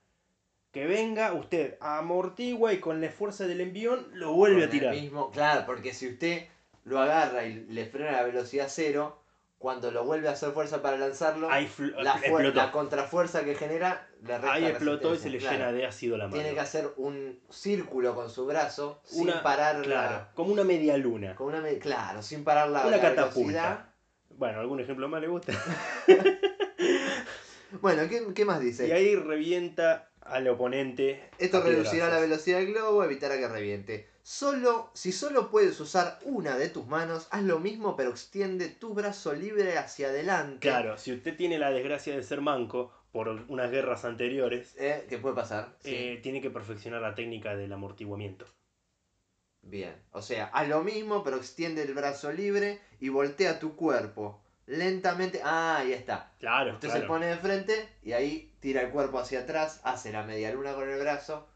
S2: que venga usted amortigua y con la fuerza del envión lo vuelve
S3: Con
S2: a tirar.
S3: el mismo- Claro, porque si usted lo agarra y le frena la velocidad cero, cuando lo vuelve a hacer fuerza para lanzarlo,
S2: Ahí fl-
S3: la, fuer-
S2: explotó.
S3: la contrafuerza que genera le resta
S2: Ahí explotó y se le
S3: resistencia,
S2: llena
S3: claro.
S2: de ácido la mano.
S3: Tiene que hacer un círculo con su brazo sin
S2: Una-
S3: parar la-
S2: Claro, como una media luna.
S3: con una me- claro, sin parar la,
S2: Una
S3: la velocidad.
S2: catapulta. Bueno, algún ejemplo más le gusta.
S3: Bueno, ¿qué, qué más dice?
S2: Y ahí revienta al oponente.
S3: Esto
S2: a
S3: reducirá la
S2: piedrazos.
S3: velocidad del globo, evitará que reviente. Solo, si solo puedes usar una de tus manos, haz lo mismo pero extiende tu brazo libre hacia adelante.
S2: Claro, si usted tiene la desgracia de ser manco por unas guerras anteriores,
S3: Eh, que puede pasar. sí.
S2: eh, tiene que perfeccionar la técnica del amortiguamiento.
S3: Bien. O sea, haz lo mismo pero extiende el brazo libre y voltea tu cuerpo. Lentamente. Ah, ahí está.
S2: Claro,
S3: Usted se
S2: claro.
S3: pone de frente y ahí tira el cuerpo hacia atrás, hace la media luna con el brazo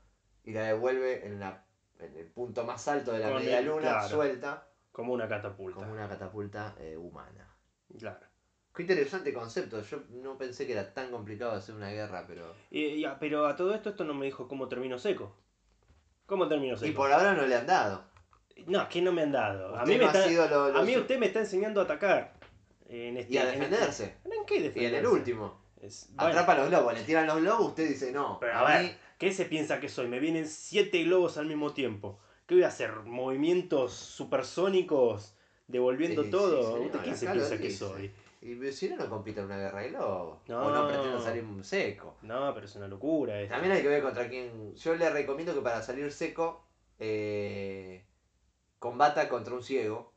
S3: y la devuelve en, la- en el punto más alto de la
S2: Con
S3: media
S2: el-
S3: luna,
S2: claro.
S3: suelta,
S2: como una catapulta.
S3: como una catapulta eh, humana.
S2: Claro.
S3: Qué interesante concepto. Yo no pensé que era tan complicado hacer una guerra, pero.
S2: Y- y a- pero a todo esto, esto no me dijo cómo terminó seco. ¿Cómo terminó seco?
S3: Y por ahora no le han dado.
S2: No, es que no me han dado.
S3: Usted
S2: A mí, me
S3: no ha
S2: está-
S3: sido lo- lo
S2: a mí
S3: su-
S2: usted me está enseñando a atacar. En este,
S3: Y a
S2: en este-
S3: defenderse.
S2: ¿En qué
S3: Y en el
S2: defenderse?
S3: último.
S2: Es- bueno,
S3: Atrapa los globos, le tiran los globos, usted dice no.
S2: Pero
S3: a
S2: a
S3: mí-
S2: ver, ¿qué se piensa que soy? Me vienen siete globos al mismo tiempo. ¿Qué voy a hacer? ¿Movimientos supersónicos? ¿Devolviendo
S3: Sí, sí,
S2: todo?
S3: señor,
S2: ¿Usted quién se
S3: acá lo
S2: piensa que
S3: dice.
S2: soy?
S3: Y si no, no compite en una guerra de globos.
S2: No.
S3: O no pretendo salir seco.
S2: No, pero es una locura esto.
S3: También hay que ver contra quién. Yo le recomiendo que para salir seco, eh, combata contra un ciego.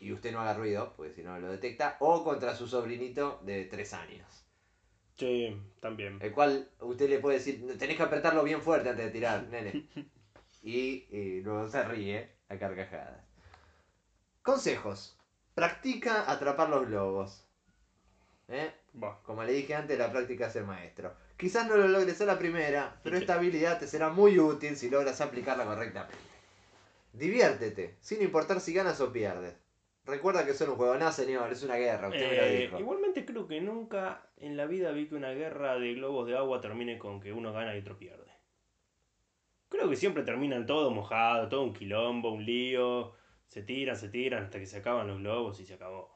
S3: Y usted no haga ruido, porque si no lo detecta. O contra su sobrinito de 3 años.
S2: Sí, también.
S3: El cual usted le puede decir, tenés que apretarlo bien fuerte antes de tirar, nene. Y eh, luego se ríe a carcajadas. Consejos. Practica atrapar los globos. ¿Eh?
S2: Buah.
S3: Como le dije antes, la práctica es el maestro. Quizás no lo logres a la primera, pero esta habilidad te será muy útil si logras aplicarla correctamente. Diviértete, sin importar si ganas o pierdes. Recuerda que es un juego, no señor, es una guerra, usted me
S2: Eh,
S3: lo dijo.
S2: igualmente creo que nunca en la vida vi que una guerra de globos de agua termine con que uno gana y otro pierde. Creo que siempre terminan todo mojado, todo un quilombo, un lío. Se tiran, se tiran hasta que se acaban los globos y se acabó.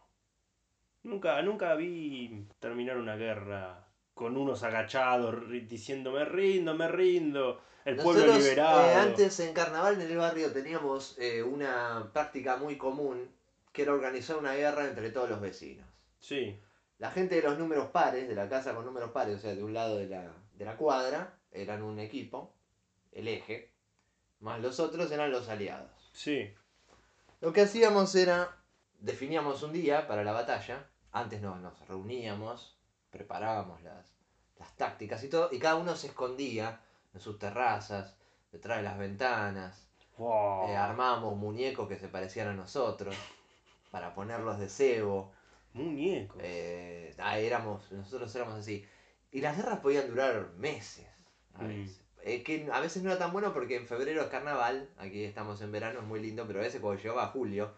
S2: Nunca, nunca vi terminar una guerra con unos agachados ri- diciendo me rindo, me rindo, el pueblo
S3: Nosotros,
S2: liberado.
S3: eh, antes en carnaval en el barrio teníamos eh, una práctica muy común que era organizar una guerra entre todos los vecinos.
S2: Sí,
S3: La gente de los números pares, de la casa con números pares, o sea, de un lado de la, de la cuadra, eran un equipo, el eje, más los otros eran los aliados.
S2: sí.
S3: Lo que hacíamos era, definíamos un día para la batalla, antes no, nos reuníamos, preparábamos las, las tácticas y todo, y cada uno se escondía en sus terrazas, detrás de las ventanas,
S2: Wow.
S3: eh, armábamos muñecos que se parecían a nosotros para ponerlos de cebo.
S2: Muñeco.
S3: eh, ah, éramos, nosotros éramos así. Y las guerras podían durar meses. A
S2: Mm.
S3: veces. Eh, que a veces no era tan bueno porque en febrero es carnaval, aquí estamos en verano, es muy lindo, pero a veces cuando llegaba julio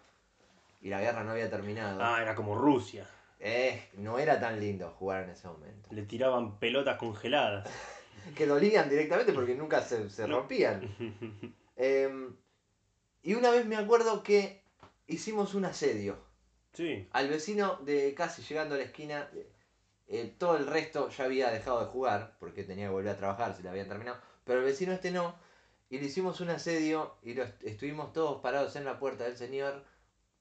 S3: y la guerra no había terminado,
S2: Ah, era como Rusia.
S3: eh, no era tan lindo jugar en ese momento.
S2: Le tiraban pelotas congeladas.
S3: Que dolían directamente porque nunca se, se
S2: No.
S3: rompían. Em, y una vez me acuerdo que hicimos un asedio.
S2: sí.
S3: Al vecino de casi llegando a la esquina, eh, todo el resto ya había dejado de jugar, porque tenía que volver a trabajar si la habían terminado, pero el vecino este no, y le hicimos un asedio y lo est- estuvimos todos parados en la puerta del señor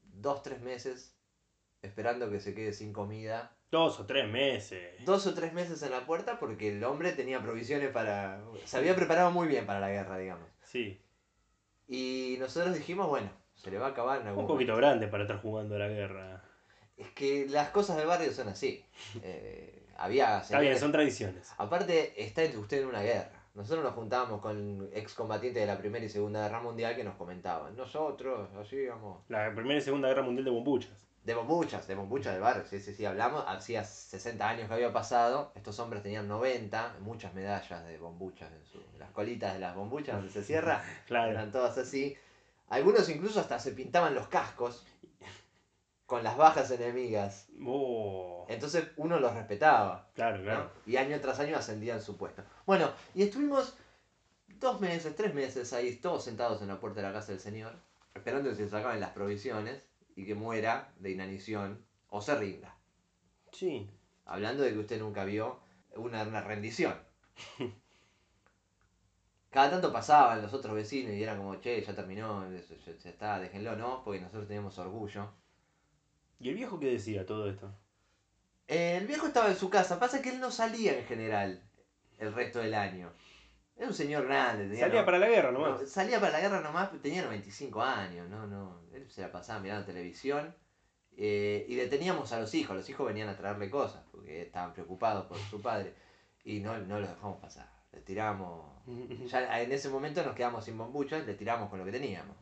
S3: dos, tres meses, esperando que se quede sin comida.
S2: Dos o tres meses.
S3: Dos o tres meses en la puerta porque el hombre tenía provisiones para... Se había preparado muy bien para la guerra, digamos.
S2: Sí.
S3: Y nosotros dijimos, bueno, se le va a acabar en algún
S2: Un poquito
S3: momento.
S2: grande para estar jugando a la guerra.
S3: Es que las cosas del barrio son así. Eh, había
S2: Está bien,
S3: señores-
S2: son tradiciones.
S3: Aparte, está en- usted en una guerra. Nosotros nos juntábamos con excombatientes de la Primera y Segunda Guerra Mundial que nos comentaban. Nosotros, así vamos.
S2: La Primera y Segunda Guerra Mundial de Bombuchas.
S3: De bombuchas, de bombuchas del barrio, sí, sí, sí, hablamos. Hacía 60 años que había pasado. Estos hombres tenían 90, muchas medallas de bombuchas en su- en las colitas de las bombuchas donde se cierra.
S2: Claro.
S3: Eran todas así. Algunos incluso hasta se pintaban los cascos con las bajas enemigas.
S2: Oh,
S3: Entonces uno los respetaba.
S2: claro,
S3: Eh, ¿no?
S2: claro.
S3: Y año tras año ascendían su puesto. Bueno, y estuvimos dos meses, tres meses ahí, todos sentados en la puerta de la casa del señor, esperando que se sacaban las provisiones y que muera de inanición o se rinda.
S2: Sí.
S3: Hablando de que usted nunca vio una, una rendición. Cada tanto pasaban los otros vecinos y eran como, che, ya terminó, ya, ya está, déjenlo, ¿no? Porque nosotros teníamos orgullo.
S2: ¿Y el viejo qué decía todo esto?
S3: Eh, El viejo estaba en su casa, pasa que él no salía en general el resto del año. Era un señor grande, tenía
S2: Salía
S3: no-
S2: para la guerra
S3: no,
S2: nomás.
S3: salía para la guerra nomás, tenía 95 años, no, no, él se la pasaba mirando televisión eh, y deteníamos a los hijos, los hijos venían a traerle cosas porque estaban preocupados por su padre y no, no los dejamos pasar, le tiramos, ya en ese momento nos quedamos sin bombuchas, le tiramos con lo que teníamos.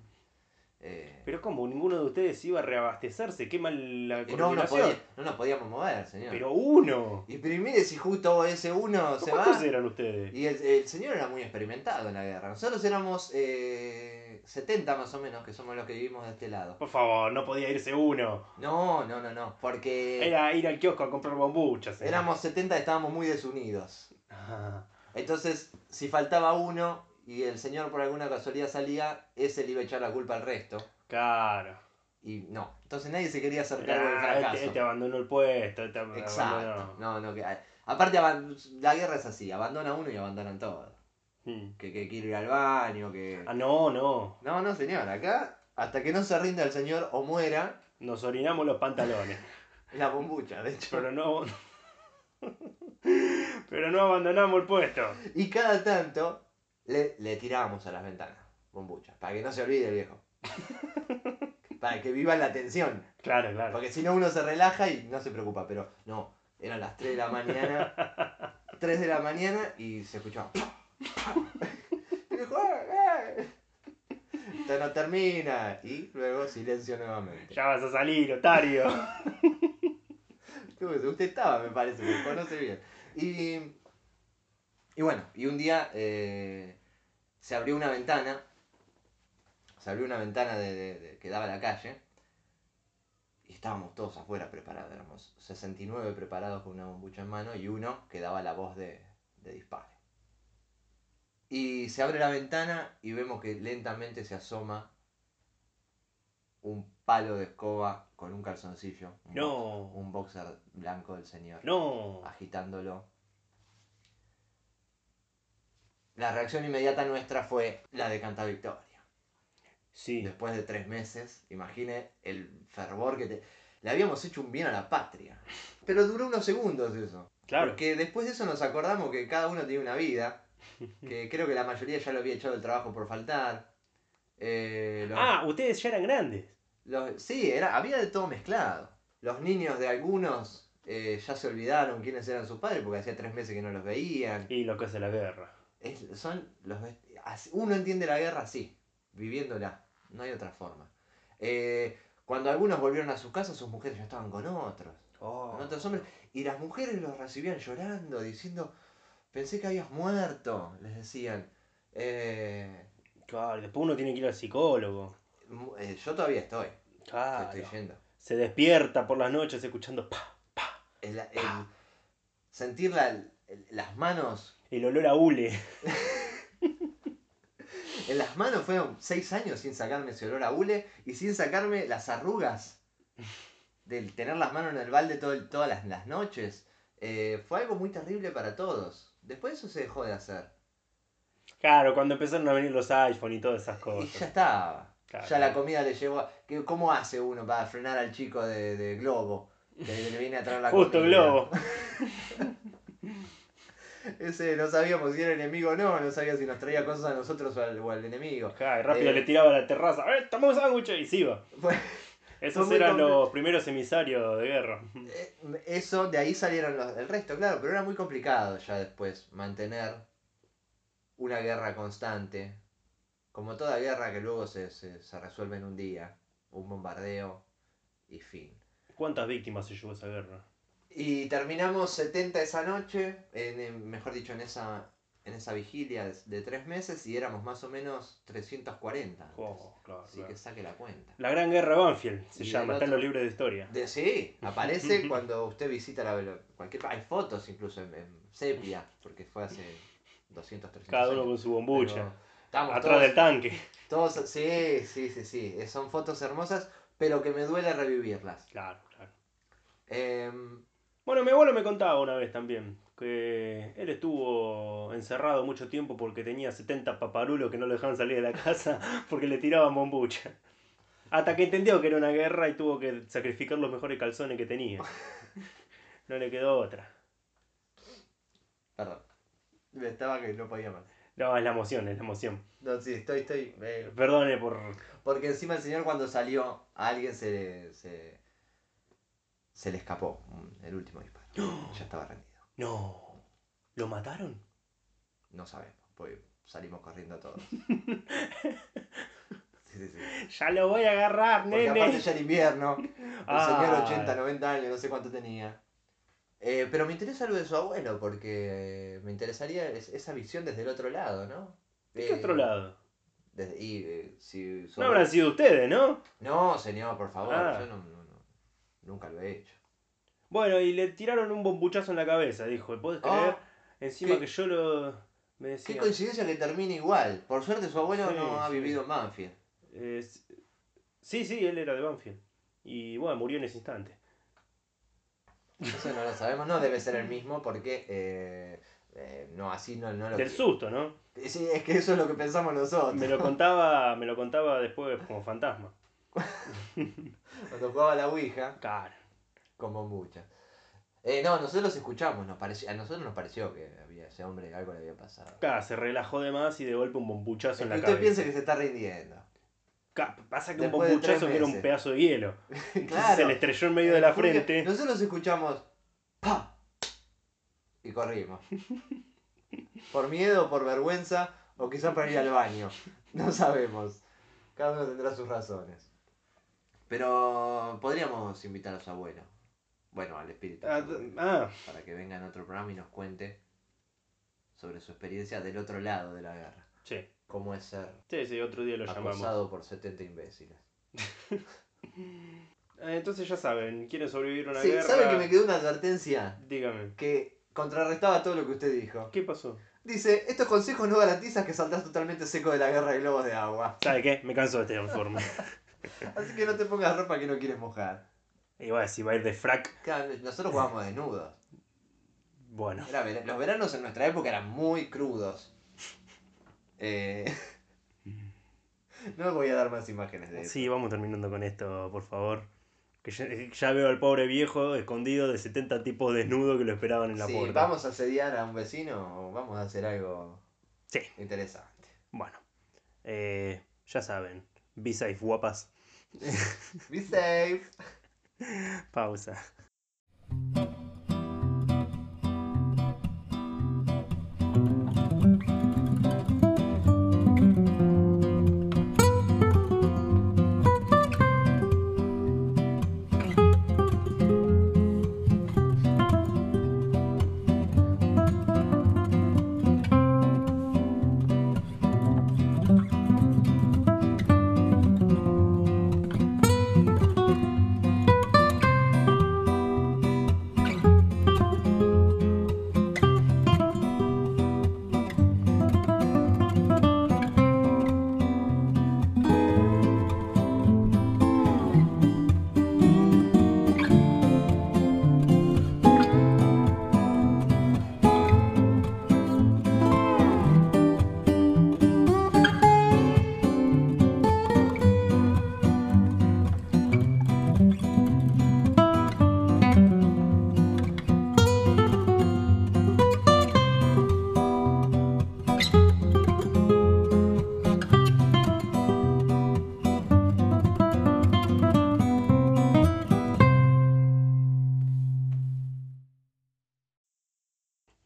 S3: Eh,
S2: Pero como ninguno de ustedes iba a reabastecerse, qué mal la
S3: y Eh, no, nos
S2: coordinación.
S3: podía- no nos podíamos mover, señor.
S2: Pero uno.
S3: Y pero mire si justo ese uno se va.
S2: ¿Cuántos eran ustedes?
S3: Y el, el señor era muy experimentado en la guerra. Nosotros éramos eh, 70 más o menos, que somos los que vivimos de este lado.
S2: Por favor, no podía irse uno.
S3: No, no, no, no. Porque
S2: Era ir al kiosco a comprar bombuchas. eh.
S3: Eh. éramos 70 y estábamos muy desunidos.
S2: Ah,
S3: Entonces, si faltaba uno y el señor por alguna casualidad salía, ese le iba a echar la culpa al resto.
S2: claro.
S3: y no. Entonces nadie se quería hacer cargo del
S2: Ah,
S3: fracaso.
S2: te, te abandonó el puesto. Te ab-
S3: Exacto.
S2: abandonó.
S3: No, no, que, aparte, aban- la guerra es así: abandona uno y abandonan todos.
S2: Mm.
S3: Que, que quiere ir al baño, que.
S2: Ah, no, no.
S3: No, no, señor, acá, hasta que no se rinda el señor o muera,
S2: Nos orinamos los pantalones.
S3: la bombucha, de hecho.
S2: pero no. pero no abandonamos el puesto.
S3: Y cada tanto le, le tirábamos a las ventanas, bombucha, para que no se olvide el viejo. para que viva la tensión.
S2: Claro, claro.
S3: Porque si no uno se relaja y no se preocupa, pero no, eran las 3 de la mañana, 3 de la mañana y se escuchaba. Y dijo, "Ah, ah". Esto no termina. Y luego silencio nuevamente.
S2: Ya vas a salir, otario.
S3: Creo que Usted estaba, me parece, me conoce bien. Y, y bueno, y un día eh, se abrió una ventana, se abrió una ventana de, de- de- que daba a la calle, y estábamos todos afuera preparados, éramos 69 preparados con una bombucha en mano y uno que daba la voz de, de dispare. Y se abre la ventana y vemos que lentamente se asoma un palo de escoba con un calzoncillo. un
S2: No,
S3: un boxer blanco del señor,
S2: no.
S3: agitándolo. La reacción inmediata nuestra fue la de Canta Victoria.
S2: Sí,
S3: Después de tres meses, imagine el fervor que te... Le habíamos hecho un bien a la patria. Pero duró unos segundos eso.
S2: claro.
S3: Porque después de eso nos acordamos que cada uno tiene una vida. Que creo que la mayoría ya lo había echado del trabajo por faltar. Eh, los-
S2: Ah, ustedes ya eran grandes.
S3: Los- sí, era, había de todo mezclado. Los niños de algunos eh, ya se olvidaron quiénes eran sus padres porque hacía tres meses que no los veían.
S2: Y lo que hace la guerra.
S3: Es- son los, vest- así- uno entiende la guerra así, viviéndola. No hay otra forma. Eh, cuando algunos volvieron a sus casas, sus mujeres ya estaban con otros, con
S2: Oh.
S3: otros hombres. Y las mujeres los recibían llorando, diciendo, pensé que habías muerto, les decían. Eh,
S2: Claro, después uno tiene que ir al psicólogo.
S3: mu- eh, yo todavía estoy,
S2: Claro.
S3: estoy yendo.
S2: Se despierta por las noches escuchando pa, pa.
S3: El, el- sentir la- el- las manos.
S2: El olor a hule.
S3: En las manos fueron seis años sin sacarme ese olor a hule y sin sacarme las arrugas del tener las manos en el balde todo, el- todas las, las noches. Eh, fue algo muy terrible para todos. Después eso se dejó de hacer.
S2: Claro, cuando empezaron a venir los iPhone y todas esas
S3: Y ya
S2: cosas.
S3: estaba.
S2: Claro.
S3: Ya la comida le llegó a... ¿qué- ¿Cómo hace uno para frenar al chico de, de Globo? Que le viene a traer la
S2: Justo
S3: comida.
S2: Globo.
S3: Ese no sabíamos si era enemigo o no, no sabía si nos traía cosas a nosotros o al- o al enemigo.
S2: Claro, y rápido
S3: Eh.
S2: le tiraba a la terraza. ¡Eh, tomá un sándwich! Y se iba.
S3: Fue-
S2: Esos
S3: muy
S2: eran
S3: compli-
S2: los primeros emisarios de guerra.
S3: Eh, Eso, de ahí salieron los, el resto, claro, pero era muy complicado ya después mantener una guerra constante. Como toda guerra que luego se, se, se resuelve en un día, un bombardeo y fin.
S2: ¿Cuántas víctimas se llevó esa guerra?
S3: Y terminamos 70 esa noche, en- en- mejor dicho, en esa, en esa vigilia de, de tres meses y éramos más o menos 340. antes.
S2: Oh, claro,
S3: Así
S2: claro.
S3: que saque la cuenta.
S2: La Gran Guerra de Banfield se
S3: Y del
S2: llama, está en
S3: otro-
S2: los libros de historia.
S3: De, sí, aparece cuando usted visita la, la- cualquier Hay fotos incluso en, en sepia, porque fue hace 200, 300
S2: Cada uno
S3: años.
S2: con su bombucha.
S3: Pero Estamos
S2: Atrás
S3: todos,
S2: del tanque.
S3: todos- sí, sí, sí, sí. eh, Son fotos hermosas, pero que me duele revivirlas.
S2: Claro, claro.
S3: Em,
S2: Bueno, mi abuelo me contaba una vez también que él estuvo encerrado mucho tiempo porque tenía 70 paparulos que no lo dejaban salir de la casa porque le tiraban bombucha. Hasta que entendió que era una guerra y tuvo que sacrificar los mejores calzones que tenía. No le quedó otra.
S3: perdón. Me estaba que no podía más.
S2: No, es la emoción, es la emoción.
S3: No, sí, estoy, estoy. eh,
S2: Perdone por...
S3: porque encima el señor cuando salió, a alguien se, se, se le escapó mm, el último disparo. Ya estaba rendido.
S2: No. ¿Lo mataron?
S3: No sabemos, pues salimos corriendo todos. Sí, sí, sí.
S2: Ya lo voy a agarrar,
S3: Porque
S2: nene.
S3: aparte ya era invierno, el
S2: Ah.
S3: señor 80, 90 años, no sé cuánto tenía. Eh, pero me interesa lo de su abuelo, porque me interesaría es- esa visión desde el otro lado, ¿no?
S2: ¿De qué
S3: Eh,
S2: otro lado?
S3: desde- y, eh, si su
S2: No
S3: abuelo-
S2: habrán sido ustedes, ¿no?
S3: No, señor, por favor,
S2: Ah.
S3: yo no- no- no- nunca lo he hecho.
S2: Bueno, y le tiraron un bombuchazo en la cabeza, dijo. ¿Podés creer?
S3: Ah,
S2: Encima
S3: qué-
S2: que yo lo... Me
S3: qué
S2: decía...
S3: coincidencia que termine igual. Por suerte su abuelo
S2: Sí,
S3: no ha
S2: sí.
S3: vivido en Banfield.
S2: eh, s- Sí, sí, él era de Banfield. Y bueno, murió en ese instante.
S3: Eso no lo sabemos, no debe ser el mismo porque eh, eh, no, así no, no lo...
S2: Del susto, ¿no?
S3: Sí, es que eso es lo que pensamos nosotros.
S2: Me lo contaba, me lo contaba después como fantasma.
S3: Cuando jugaba a la Ouija,
S2: Claro.
S3: como muchas. Eh, no, nosotros escuchamos, nos pareció, a nosotros nos pareció que había ese hombre que algo le había pasado.
S2: Claro, se relajó de más y de golpe un
S3: Es que
S2: bombuchazo en la
S3: usted
S2: cabeza.
S3: piensa que se está rindiendo.
S2: Ca- Pasa que
S3: Después de
S2: un bombuchazo
S3: tres
S2: que era un
S3: meses.
S2: pedazo de hielo. Entonces
S3: Claro.
S2: Se le estrelló en medio de la
S3: Porque
S2: frente.
S3: Nosotros escuchamos ¡pa! y corrimos. Por miedo, por vergüenza o quizás para ir al baño. No sabemos. Cada uno tendrá sus razones. Pero podríamos invitar a su abuelo. Bueno, al espíritu. de
S2: Ah,
S3: su abuelo,
S2: ah,
S3: Para que venga en otro programa y nos cuente sobre su experiencia del otro lado de la guerra.
S2: sí.
S3: Cómo es ser
S2: Sí, sí, otro día lo llamamos.
S3: acosado por 70 imbéciles.
S2: Eh, Entonces ya saben, quieren sobrevivir a una
S3: Sí,
S2: guerra.
S3: ¿sabe que me quedó una advertencia?
S2: Dígame,
S3: que contrarrestaba todo lo que usted dijo.
S2: ¿qué pasó?
S3: Dice, estos consejos no garantizan que saldrás totalmente seco de la guerra de globos de agua.
S2: ¿Sabe qué? Me canso de este informe.
S3: Así que no te pongas ropa que no quieres mojar.
S2: y bueno, si va a ir de frac,
S3: Claro, nosotros jugábamos desnudos.
S2: bueno.
S3: Era vera- los veranos en nuestra época eran muy crudos. Eh, No voy a dar más imágenes de eso.
S2: Sí, vamos terminando con esto, por favor. Que ya, eh, ya veo al pobre viejo escondido de 70 tipos desnudos que lo esperaban en la
S3: Sí,
S2: puerta.
S3: vamos a asediar a un vecino o vamos a hacer algo
S2: Sí.
S3: interesante.
S2: Bueno, eh, ya saben, B-Safe guapas.
S3: Be safe.
S2: Pausa.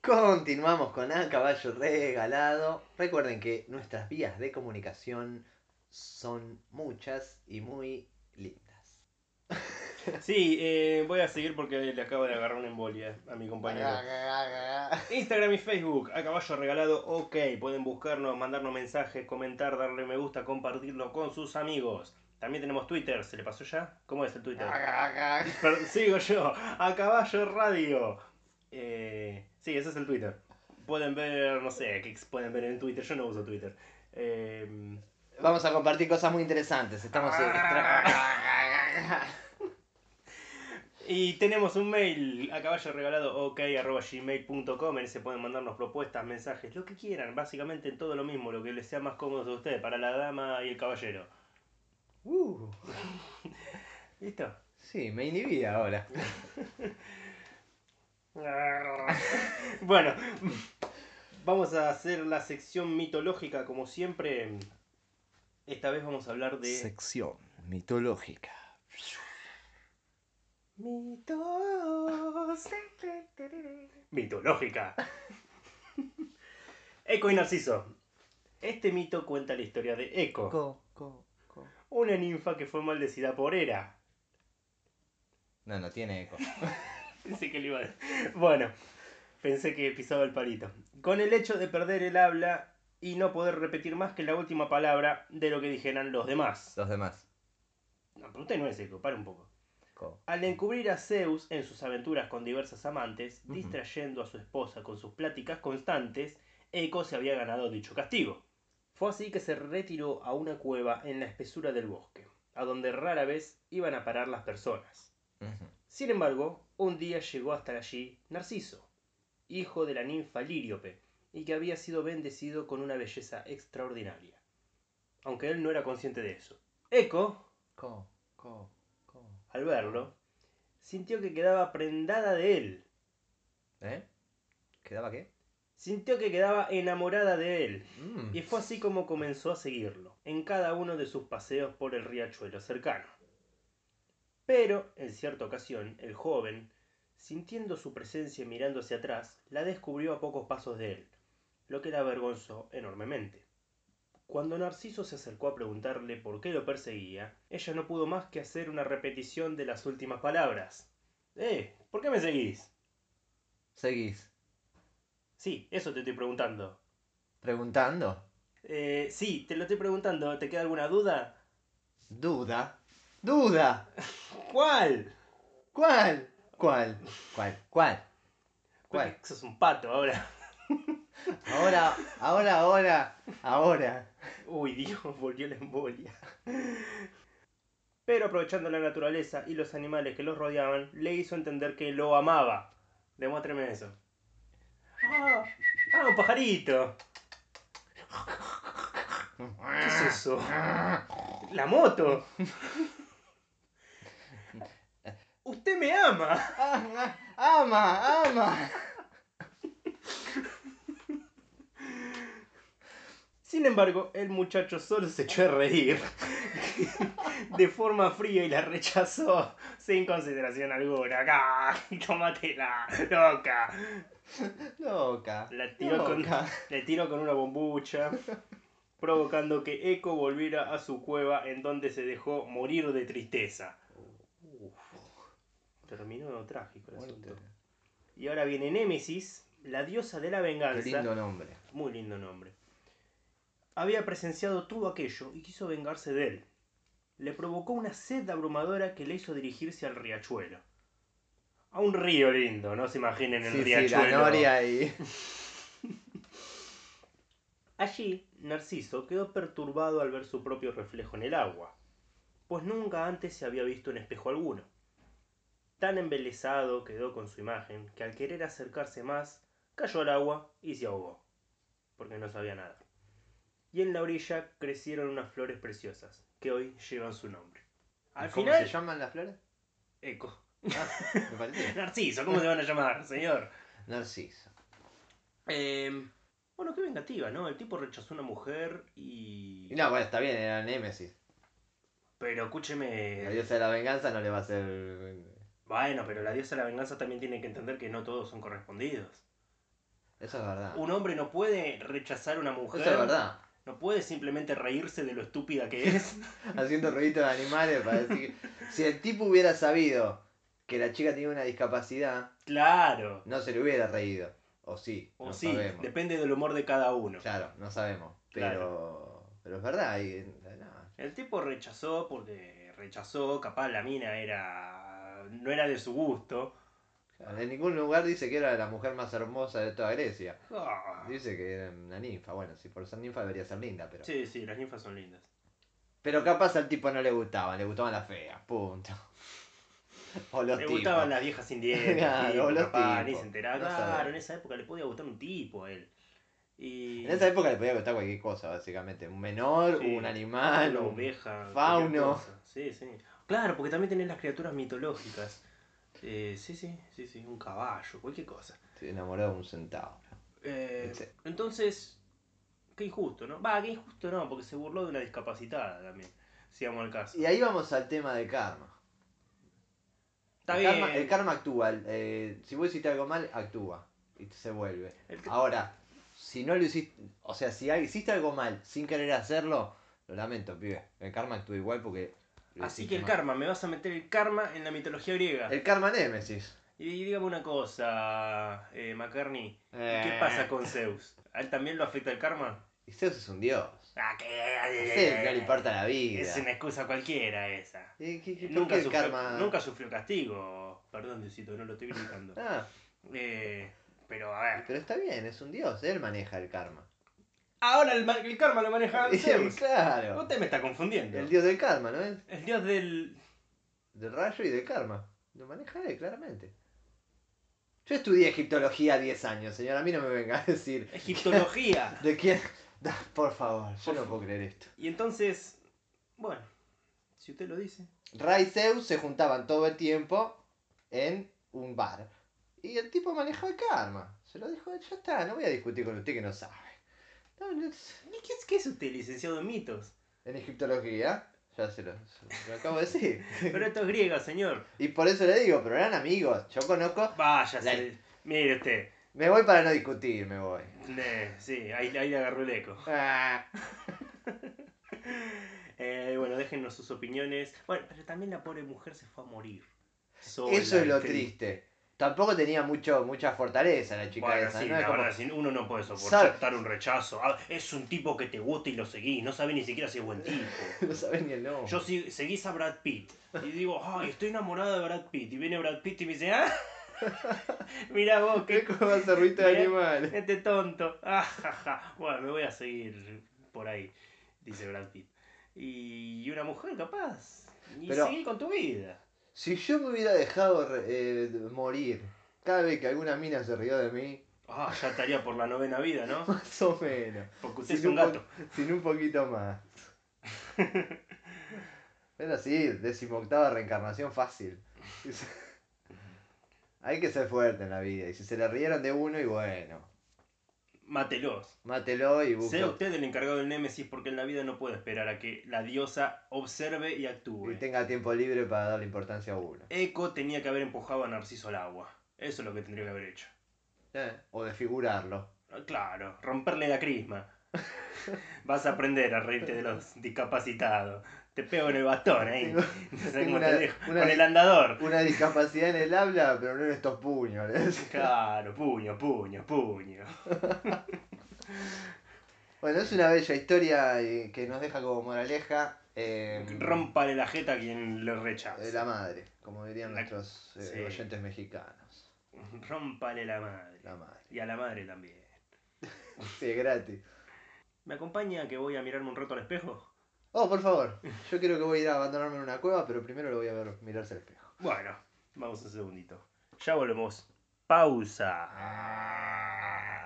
S3: Continuamos con A Caballo Regalado. Recuerden que nuestras vías de comunicación son muchas y muy lindas.
S2: Sí, eh, voy a seguir porque le acabo de agarrar una embolia a mi compañero. Instagram y Facebook, a caballo regalado, ok. Pueden buscarnos, mandarnos mensajes, comentar, darle me gusta, compartirlo con sus amigos. También tenemos Twitter, ¿se le pasó ya? ¿Cómo es el Twitter?
S3: Ah.
S2: Perdón, sigo yo, a caballo radio. Eh, sí, ese es el Twitter. Pueden ver, no sé, qué pueden ver en Twitter, yo no uso Twitter. Eh,
S3: Vamos a compartir cosas muy interesantes. Estamos.
S2: Y tenemos un mail a caballo regalado ok arroba gmail.com. En ese pueden mandarnos propuestas, mensajes, lo que quieran. Básicamente todo lo mismo, lo que les sea más cómodo a ustedes, para la dama y el caballero.
S3: Uh,
S2: ¿Listo?
S3: sí, me inhibí ahora.
S2: Bueno, vamos a hacer la sección mitológica como siempre. Esta vez vamos a hablar de...
S3: Sección mitológica.
S2: Mitos. Mitológica. Eco y Narciso. Este mito cuenta la historia de Eco, una ninfa que fue maldecida por Hera.
S3: No, no tiene eco.
S2: Pensé que le iba a... Bueno, pensé que pisaba el palito. Con el hecho de perder el habla y no poder repetir más que la última palabra de lo que dijeran los demás.
S3: Los demás.
S2: No, pero usted no es Eco, para un poco.
S3: Co.
S2: Al encubrir a Zeus en sus aventuras con diversas amantes,
S3: Ujú.
S2: distrayendo a su esposa con sus pláticas constantes, Eco se había ganado dicho castigo. Fue así que se retiró a una cueva en la espesura del bosque, a donde rara vez iban a parar las personas.
S3: Ujú.
S2: Sin embargo, un día llegó hasta allí Narciso, hijo de la ninfa Líriope, y que había sido bendecido con una belleza extraordinaria. Aunque él no era consciente de eso. Eco,
S3: Co, co, co.
S2: al verlo, sintió que quedaba prendada de él,
S3: ¿Eh? ¿Quedaba qué?
S2: sintió que quedaba enamorada de él,
S3: Mm.
S2: y fue así como comenzó a seguirlo, en cada uno de sus paseos por el riachuelo cercano. Pero, en cierta ocasión, el joven, sintiendo su presencia y mirando hacia atrás, la descubrió a pocos pasos de él, lo que la avergonzó enormemente. Cuando Narciso se acercó a preguntarle por qué lo perseguía, ella no pudo más que hacer una repetición de las últimas palabras. ¡Eh! ¿Por qué me seguís?
S3: Seguís
S2: Sí, eso te estoy preguntando.
S3: preguntando.
S2: Eh, sí, te lo estoy preguntando. ¿Te queda alguna duda?
S3: Duda. Duda.
S2: ¿Cuál?
S3: ¿Cuál? ¿Cuál? ¿Cuál? ¿Cuál? ¿Cuál?
S2: Porque sos un pato ahora.
S3: Ahora, ahora, ahora, ahora.
S2: Uy, Dios, volvió la embolia. Pero aprovechando la naturaleza y los animales que los rodeaban, le hizo entender que lo amaba. Demuéstreme eso. ¡Ah! ah, un pajarito! ¿Qué es eso? ¡La moto! ¡Usted me ama!
S3: Ama, ama, ama.
S2: Sin embargo, el muchacho solo se echó a reír de forma fría y la rechazó sin consideración alguna. ¡Acá! ¡Tómatela! ¡Loca!
S3: Loca.
S2: La tiró, con,
S3: loca.
S2: le tiró con una bombucha, provocando que Eco volviera a su cueva en donde se dejó morir de tristeza. Terminó trágico el asunto.
S3: Muerte.
S2: Y ahora viene Némesis, la diosa de la
S3: Qué
S2: venganza.
S3: lindo nombre.
S2: Muy lindo nombre. Había presenciado todo aquello y quiso vengarse de él. Le provocó una sed abrumadora que le hizo dirigirse al riachuelo. A un río lindo, no se imaginen el
S3: Sí, sí,
S2: riachuelo.
S3: la noria y...
S2: Allí, Narciso quedó perturbado al ver su propio reflejo en el agua, pues nunca antes se había visto en espejo alguno. Tan embelesado quedó con su imagen que al querer acercarse más, cayó al agua y se ahogó, porque no sabía nada. Y en la orilla crecieron unas flores preciosas, que hoy llevan su nombre. Al
S3: ¿Cómo
S2: final,
S3: se llaman las flores?
S2: Eco.
S3: Ah, me parece.
S2: Narciso, ¿cómo se van a llamar, señor?
S3: Narciso.
S2: Eh, bueno, qué vengativa, ¿no? El tipo rechazó a una mujer y...
S3: Y no, bueno, está bien, era Némesis.
S2: Pero escúcheme...
S3: La diosa de la venganza no le va a hacer...
S2: Bueno, pero la diosa de la venganza también tiene que entender que no todos son correspondidos.
S3: Eso es verdad.
S2: Un hombre no puede rechazar a una mujer.
S3: Eso es verdad.
S2: No puede simplemente reírse de lo estúpida que es.
S3: Haciendo ruiditos de animales para decir... Si el tipo hubiera sabido que la chica tenía una discapacidad,
S2: claro.
S3: no se le hubiera reído. O sí,
S2: O
S3: no
S2: sí,
S3: sabemos.
S2: depende del humor de cada uno.
S3: Claro, no sabemos. Pero... Pero es verdad. y- no.
S2: El tipo rechazó porque rechazó, capaz la mina era no era de su gusto.
S3: En ningún lugar dice que era la mujer más hermosa de toda Grecia.
S2: Ah.
S3: Dice que era una ninfa. Bueno, si por ser ninfa debería ser linda, pero.
S2: Sí, sí, las ninfas son lindas.
S3: Pero capaz al tipo no le gustaba, le gustaban las feas, punto. O los
S2: Le
S3: tipos.
S2: gustaban las viejas sin dientes.
S3: Claro,
S2: tipo,
S3: los
S2: capaz, ni
S3: tipos.
S2: se enteraba.
S3: No
S2: claro,
S3: sabemos.
S2: en esa época le podía gustar un tipo a él. Y...
S3: En esa época le podía gustar cualquier cosa, básicamente. Un menor,
S2: Sí.
S3: un animal,
S2: Una
S3: un-
S2: oveja,
S3: Ah, fauno.
S2: cualquier cosa. Sí, sí. Claro, porque también tenés las criaturas mitológicas. Eh, sí, sí, sí, sí, un caballo, cualquier cosa.
S3: Estoy enamorado de un centauro.
S2: Eh,
S3: Sí.
S2: Entonces, qué injusto, ¿no? Va, qué injusto no, porque se burló de una discapacitada también, si vamos al caso.
S3: Y ahí vamos al tema del karma.
S2: Está
S3: el,
S2: bien.
S3: Karma, el karma actúa. el- eh, si vos hiciste algo mal, actúa. Y se vuelve.
S2: El ca-
S3: Ahora, si no lo hiciste. O sea, si hay- hiciste algo mal sin querer hacerlo, lo lamento, pibe. El karma actúa igual porque. lo
S2: Así
S3: hiciste
S2: que el
S3: mal.
S2: karma, me vas a meter el karma en la mitología griega.
S3: El karma Némesis.
S2: Y, y dígame una cosa, eh, McCartney, ¿qué pasa con Zeus? ¿A él también lo afecta el karma?
S3: Eh, Y Zeus es un dios.
S2: Ah,
S3: A
S2: que...
S3: Zeus no le importa la vida.
S2: Es una excusa cualquiera esa.
S3: Eh, ¿qué- qué- por
S2: Nunca
S3: qué
S2: sufrió,
S3: el karma?
S2: nunca sufrió castigo. Perdón, Diosito, no lo estoy criticando.
S3: Ah,
S2: Eh, pero a ver,
S3: pero está bien, es un dios. Él maneja el karma.
S2: Ahora el, ma- el karma lo maneja Ah, Zeus.
S3: claro.
S2: Usted me está confundiendo.
S3: El dios del karma, ¿no es?
S2: El dios del.
S3: Del rayo y del karma. Lo maneja él, claramente. Yo estudié egiptología 10 años, señor. A mí no me venga a decir.
S2: Egiptología.
S3: ¿De quién? Da, Por favor, yo no puedo creer esto.
S2: Y entonces. Bueno, si usted lo dice.
S3: Ra y Zeus se juntaban todo el tiempo en un bar. Y el tipo manejaba el karma. Se lo dijo, ya está, no voy a discutir con usted que no sabe. No, no es-
S2: ¿Y qué es, qué es usted, licenciado en mitos?
S3: En egiptología, ya se lo, se lo acabo de decir.
S2: Pero esto es griego, señor.
S3: Y por eso le digo, pero eran amigos. Yo conozco.
S2: Vaya,
S3: La-
S2: se- mire usted.
S3: Me voy para no discutir, me voy.
S2: Ne, sí, ahí, ahí le agarró el eco.
S3: Ah.
S2: Eh, bueno, déjenos sus opiniones. Bueno, pero también la pobre mujer se fue a morir. Sola,
S3: Eso es lo
S2: ¿viste?
S3: triste. Tampoco tenía mucho, mucha fortaleza la chica
S2: Bueno,
S3: esa.
S2: sí,
S3: ¿no?
S2: la
S3: Es como-
S2: verdad, sí, uno no puede soportar
S3: Sabe-
S2: un rechazo. Ah, es un tipo que te gusta y lo seguís, no sabe ni siquiera si es buen tipo.
S3: no sabes ni el nombre.
S2: Yo si, seguís a Brad Pitt y digo, ay, estoy enamorada de Brad Pitt. Y viene Brad Pitt y me dice, ah, mira vos,
S3: ¿Qué
S2: qué
S3: cómo hace ruido de
S2: Mirá.
S3: animal?
S2: este tonto. Ah, ja, ja. Bueno, me voy a seguir por ahí, dice Brad Pitt. Y una mujer capaz. Y
S3: Pero-
S2: seguí con tu vida.
S3: Si yo me hubiera dejado re- eh, morir cada vez que alguna mina se rió de mí,
S2: Ah, ya estaría por la novena vida, ¿no?
S3: más o menos.
S2: Porque usted Pues es
S3: Sin
S2: un
S3: un po-
S2: gato.
S3: Sin un poquito más. Pero sí, decimoctava reencarnación fácil. Hay que ser fuerte en la vida. Y si se le rieron de uno, y bueno,
S2: Mátelos.
S3: mátelo y busque.
S2: Sea usted el encargado del Némesis porque en la vida no puede esperar a que la diosa observe y actúe.
S3: Y tenga tiempo libre para darle importancia a uno.
S2: Eco tenía que haber empujado a Narciso al agua. Eso es lo que tendría que haber hecho.
S3: Eh, O desfigurarlo.
S2: Ah, Claro, romperle la crisma. Vas a aprender a reírte de los discapacitados. Te pego en el bastón ahí.
S3: Tengo-
S2: No sé
S3: tengo
S2: cómo
S3: una-
S2: te dejo.
S3: una-
S2: Con el andador.
S3: Una discapacidad en el habla, pero no en estos puños. le decía.
S2: Claro, puño, puño, puño.
S3: Bueno, es una bella historia eh, que nos deja como moraleja. eh,
S2: Rómpale la jeta a quien le
S3: de
S2: rechaza.
S3: la madre, como dirían
S2: La-
S3: nuestros eh,
S2: sí.
S3: oyentes mexicanos.
S2: Rómpale la madre.
S3: La madre.
S2: Y a la madre también.
S3: Sí, gratis.
S2: ¿Me acompaña que voy a mirarme un rato al espejo?
S3: Oh, por favor. Yo creo que voy a ir a abandonarme en una cueva, pero primero lo voy a ver mirarse al espejo.
S2: Bueno, vamos un segundito. Ya volvemos. Pausa. Ah.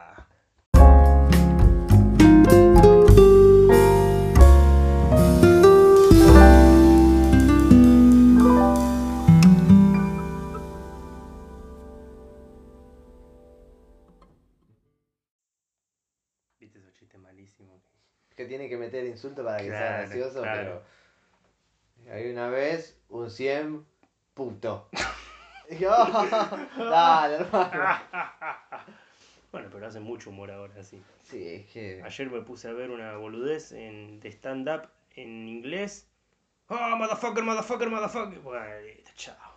S2: ¿Viste esos chistes malísimos?
S3: Que tiene que meter insulto para que sea
S2: Claro,
S3: gracioso,
S2: claro.
S3: pero. Hay una vez un 100 puto. Y yo, dale, hermano.
S2: Bueno, pero hace mucho humor ahora, sí.
S3: Sí, es que.
S2: Ayer me puse a ver una boludez en, de stand-up en inglés. ¡Ah, motherfucker, motherfucker, motherfucker! Bueno, listo, chao.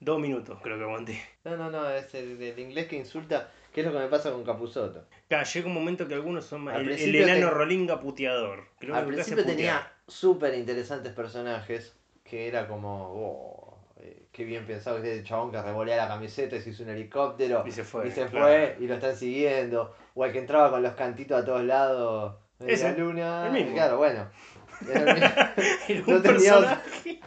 S2: Dos minutos creo que aguanté.
S3: No, no, no, es el, el inglés que insulta, que es lo que me pasa con Capuzoto.
S2: Claro, llega un momento que algunos son más.
S3: Al
S2: El, el
S3: principio
S2: enano
S3: te-
S2: rolinga puteador. que lo
S3: Al
S2: único que hace
S3: principio
S2: es putear.
S3: tenía súper interesantes personajes que era como, oh, eh, qué bien pensado que es el chabón que revolea la camiseta y se hizo un helicóptero
S2: Y se fue.
S3: y se
S2: claro.
S3: fue y lo están siguiendo. O el que entraba con los cantitos a todos lados en
S2: Ese,
S3: la luna.
S2: el mismo.
S3: Claro, bueno. Era el mismo.
S2: Era
S3: No
S2: un
S3: tenía
S2: personaje.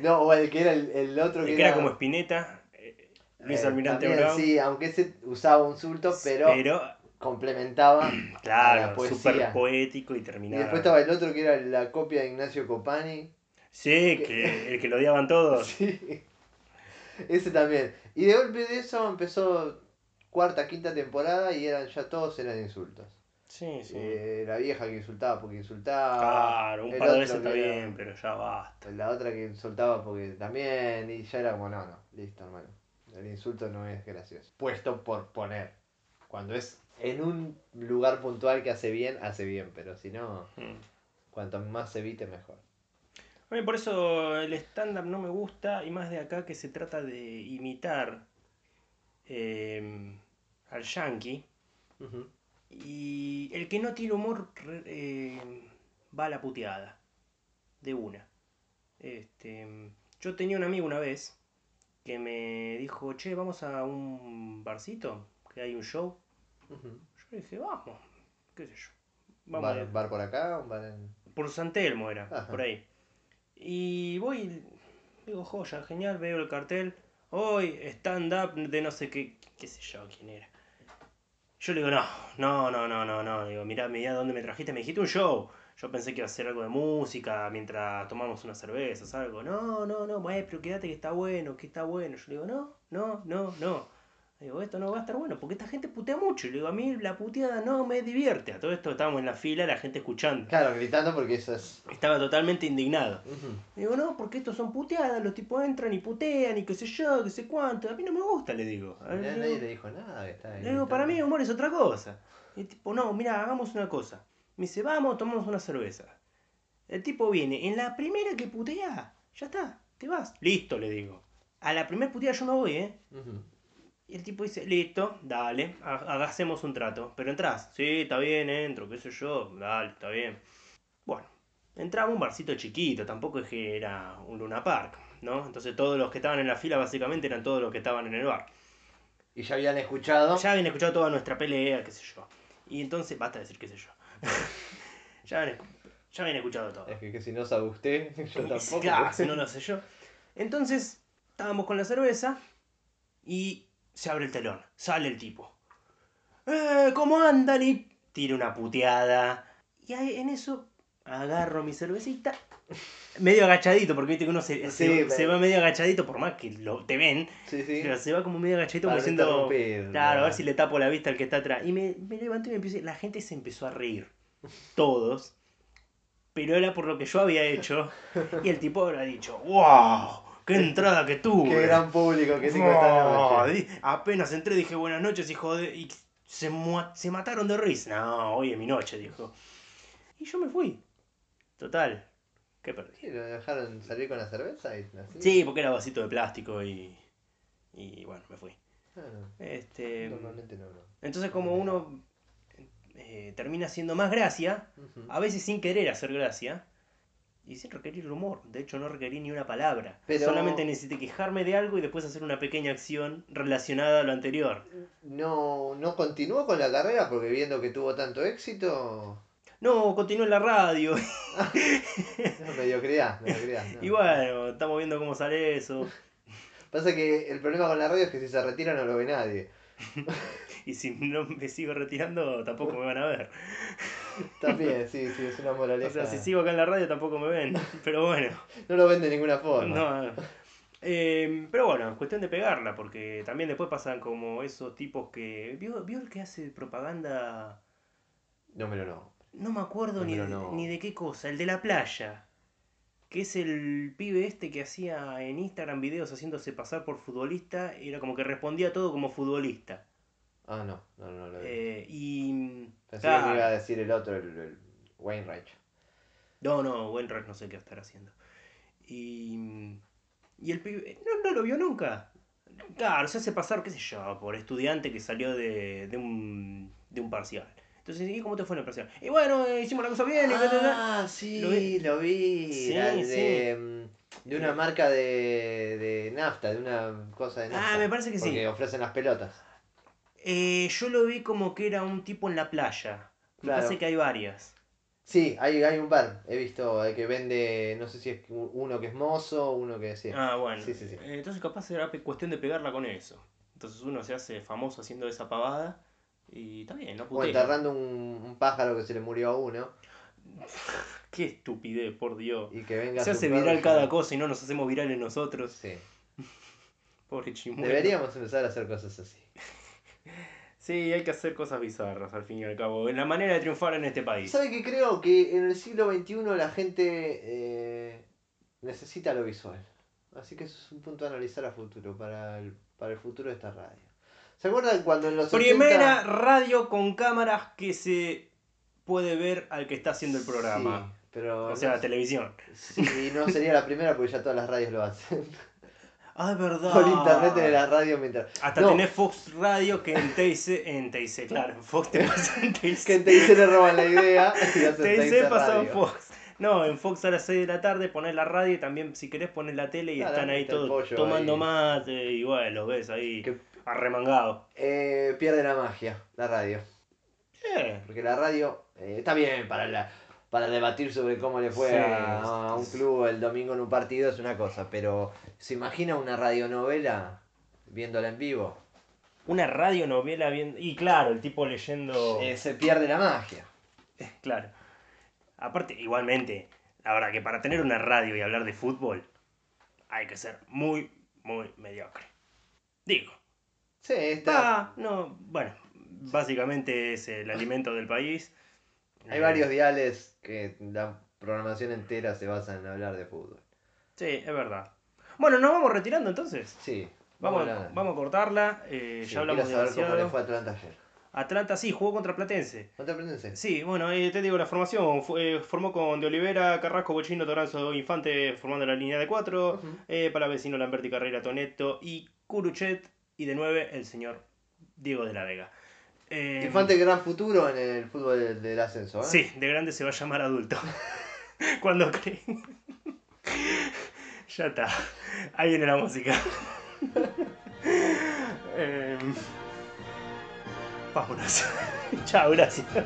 S3: no, o el que era el, el otro
S2: El
S3: que,
S2: que era como Espineta. eh, Luis
S3: eh,
S2: Almirante
S3: también,
S2: Brown.
S3: Sí, aunque ese usaba un surto, pero,
S2: pero,
S3: complementaba. a la
S2: claro,
S3: poesía.
S2: súper poético y
S3: Y
S2: terminaba.
S3: después estaba el otro que era la copia de Ignacio Copani.
S2: Sí, que, el que lo odiaban todos.
S3: Sí. Ese también. Y de golpe de eso empezó cuarta, quinta temporada y eran ya todos eran insultos.
S2: Sí, Ah. sí.
S3: Eh, la vieja que insultaba porque insultaba.
S2: Claro, un
S3: el
S2: par de
S3: otro
S2: veces está
S3: que era-
S2: bien, pero ya basta.
S3: La otra que insultaba porque también. Y ya era como, no, no, listo, hermano. El insulto no es gracioso. Puesto por poner. Cuando es en un lugar puntual que hace bien, hace bien. Pero si no,
S2: Mm.
S3: cuanto más se evite, mejor.
S2: A mí por eso el stand-up no me gusta y más de acá que se trata de imitar eh, al yankee. Y el que no tiene humor re- eh, va a la puteada. De una. Este, yo tenía un amigo una vez que me dijo, che, vamos a un barcito, que hay un show. Yo dije, vamos, qué sé yo.
S3: Un
S2: Vamos a
S3: bar,
S2: ver.
S3: bar por acá, un bar en.
S2: Por San Telmo era,
S3: Ajá.
S2: por ahí. Y voy, digo, joya, genial, veo el cartel. Hoy, stand-up de no sé qué, qué sé yo, quién era. Yo le digo, no, no, no, no, no, no. Digo, mirá, mirá dónde me trajiste, me dijiste un show. Yo pensé que iba a hacer algo de música mientras tomamos unas cervezas, algo. No, no, no, bueno, pero quédate que está bueno, que está bueno. Yo le digo, no, no, no, no. Digo, esto no va a estar bueno, porque esta gente putea mucho. Y le digo, a mí la puteada no me divierte. A todo esto estábamos en la fila, la gente escuchando.
S3: Claro, gritando porque eso es.
S2: Estaba totalmente indignado.
S3: Ujú.
S2: Digo, no, porque estos son puteadas, los tipos entran y putean y qué sé yo, qué sé cuánto. A mí no me gusta, le digo. A
S3: Na-
S2: ver,
S3: Nadie
S2: digo,
S3: le dijo nada. que estaba
S2: le digo,
S3: gritando.
S2: para mí el humor es otra cosa. Y el tipo, no, mira, hagamos una cosa. Me dice, vamos, tomamos una cerveza. El tipo viene, en la primera que putea, ya está, te vas. Listo, le digo. A la primera puteada yo no voy, ¿eh?
S3: Ujú.
S2: Y el tipo dice, listo, dale, ha- hacemos un trato. Pero entras, sí, está bien, entro, qué sé yo, dale, está bien. Bueno, entraba un barcito chiquito, tampoco es que era un Luna Park, ¿no? Entonces todos los que estaban en la fila básicamente eran todos los que estaban en el bar.
S3: Y ya habían escuchado.
S2: Ya habían escuchado toda nuestra pelea, qué sé yo. Y entonces, basta de decir qué sé yo. ya, habían, escu- ya habían escuchado todo.
S3: Es que, que si no sabe usted, yo
S2: Y
S3: tampoco.
S2: Claro, si no lo sé yo. Entonces, estábamos con la cerveza y se abre el telón. Sale el tipo. ¡Eh! ¿Cómo andan? Y tira una puteada. Y ahí, en eso agarro mi cervecita. Medio agachadito, porque viste que uno se,
S3: Sí,
S2: se-
S3: pero-
S2: se va medio agachadito, por más que lo, te ven,
S3: Sí, sí.
S2: pero se va como medio agachadito como
S3: Para no
S2: diciendo.
S3: interrumpir,
S2: Claro, a ver
S3: ¿no?
S2: si le tapo la vista al que está atrás. Y me, me levanto y me empiezo. La gente se empezó a reír. Todos. Pero era por lo que yo había hecho. Y el tipo habrá dicho, ¡Wow! ¡Qué entrada que tuve!
S3: Qué gran público que tengo
S2: No,
S3: esta noche.
S2: di- Apenas entré dije buenas noches, hijo de. Y se, mua- se mataron de risa. No, hoy es mi noche, dijo. Y yo me fui. Total. ¿Qué perdí?
S3: Sí, ¿Lo dejaron salir con la cerveza? Y así?
S2: Sí, porque era vasito de plástico y. Y bueno, me fui.
S3: Ah, no.
S2: Este.
S3: Normalmente no, no.
S2: Entonces como uno eh, termina haciendo más gracia,
S3: Ujú.
S2: a veces sin querer hacer gracia, y sin requerir el humor. De hecho no requerí ni una palabra.
S3: Pero-
S2: Solamente necesité quejarme de algo y después hacer una pequeña acción relacionada a lo anterior.
S3: No, no continuó con la carrera porque viendo que tuvo tanto éxito.
S2: No, continué en la radio.
S3: No, mediocridad, mediocridad. no.
S2: Y bueno, estamos viendo cómo sale eso.
S3: Pasa que el problema con la radio es que si se retira no lo ve nadie.
S2: Y si no me sigo retirando, tampoco me van a ver.
S3: También, sí, sí, es una moraleja.
S2: O sea, si sigo acá en la radio, tampoco me ven. Pero bueno.
S3: No lo ven de ninguna forma.
S2: No, no. Eh, pero bueno, cuestión de pegarla, porque también después pasan como esos tipos que. ¿Vio, vio el que hace propaganda?
S3: No me lo no.
S2: No me acuerdo ni,
S3: Pero
S2: de-
S3: no.
S2: ni de qué cosa, el de la playa. Que es el pibe este que hacía en Instagram videos haciéndose pasar por futbolista, y era como que respondía a todo como futbolista.
S3: Ah, no, no, no lo vi.
S2: Eh, y.
S3: Pensé que
S2: claro.
S3: me iba a decir el otro, el, el Wainwright.
S2: No, no, Wenrock no sé qué va a estar haciendo. Y. Y el pibe. No, no lo vio nunca. Claro, se hace pasar, qué sé yo, por estudiante que salió de, de un, de un parcial. Entonces, ¿y cómo te fue en el parcial? Y bueno, eh, hicimos la cosa bien. y ta, ta, ta.
S3: Ah, sí,
S2: Lo
S3: lo
S2: vi.
S3: vi.
S2: Sí,
S3: Era de,
S2: sí.
S3: mm, de una marca de, de nafta, de una cosa de nafta.
S2: eh, Ah, me parece que sí.
S3: Porque ofrecen las pelotas.
S2: Eh, yo lo vi como que era un tipo en la playa. Me
S3: Claro.
S2: parece que hay varias.
S3: Sí, hay, hay un bar, he visto, eh, que vende, no sé si es u- uno que es mozo, uno que sí.
S2: Ah, bueno.
S3: Sí, sí, sí.
S2: Eh, Entonces, capaz era pe- cuestión de pegarla con eso. Entonces, uno se hace famoso haciendo esa pavada. Y está bien, no
S3: o
S2: putea.
S3: enterrando un, un pájaro que se le murió a uno
S2: Qué estupidez, por Dios.
S3: y que venga
S2: Se
S3: su
S2: hace
S3: perro y
S2: viral
S3: se-
S2: cada cosa y no nos hacemos virales nosotros.
S3: Sí.
S2: Pobre chimuelo.
S3: Deberíamos empezar a hacer cosas así.
S2: Sí, hay que hacer cosas bizarras al fin y al cabo. Es la manera de triunfar en este país.
S3: ¿Sabe que creo que en el siglo XXI la gente eh, necesita lo visual? Así que eso es un punto a analizar a futuro, para el, para el futuro de esta radio. ¿Se acuerdan cuando en los
S2: Primera
S3: 80?
S2: radio con cámaras que se puede ver al que está haciendo el programa.
S3: Sí, pero
S2: o sea,
S3: no,
S2: televisión.
S3: sí, no sería la primera porque ya todas las radios lo hacen.
S2: Ah, es verdad.
S3: Por internet en las radios mientras...
S2: Hasta
S3: No.
S2: tenés Fox Radio que en TIC, en TIC, claro, Fox te pasa en TIC.
S3: Que en TIC le roban la idea y hacen
S2: TIC pasa en
S3: radio.
S2: Fox. No, en Fox a las 6 de la tarde ponés la radio y también si querés ponés la tele y
S3: Claro,
S2: están ahí
S3: Ah, está el
S2: todos
S3: pollo
S2: tomando
S3: ahí.
S2: mate y bueno, los ves ahí
S3: Que-
S2: arremangados.
S3: Eh, pierde la magia, la radio.
S2: Eh,
S3: Porque la radio eh, está bien para, la- para debatir sobre cómo le fue
S2: Sí.
S3: a, a un club el domingo en un partido, es una cosa, pero ¿se imagina una radionovela viéndola en vivo?
S2: Una radionovela bien. Y claro, el tipo leyendo.
S3: Eh, se pierde la magia.
S2: Claro. Aparte, igualmente, la verdad que para tener una radio y hablar de fútbol, hay que ser muy, muy mediocre. Digo.
S3: Sí, está.
S2: Ah, no, bueno, básicamente es el alimento del país.
S3: Hay
S2: Eh,
S3: varios diales que la programación entera se basa en hablar de fútbol.
S2: Sí, es verdad. Bueno, nos vamos retirando entonces.
S3: Sí.
S2: Vamos,
S3: hablando.
S2: vamos a cortarla. eh,
S3: Sí,
S2: ya hablamos
S3: quiero saber cómo le
S2: demasiado.
S3: fue a Atlanta ayer.
S2: Atlanta sí, jugó contra Platense.
S3: ¿No te aprendes?
S2: Sí, bueno, eh, te digo la formación. Fue- eh, formó con De Olivera, Carrasco, Bochino, Toranzo, Infante, formando la línea de cuatro.
S3: Ujú.
S2: Eh, para vecino Lamberti Carrera, Toneto y Curuchet. Y de nueve, el señor Diego de la Vega. Eh,
S3: Infante gran futuro en el fútbol del, del ascenso, ¿eh?
S2: Sí, de grande se va a llamar adulto. Cuando creen. ya está. Ahí viene la música. Em, vámonos. Chao, gracias.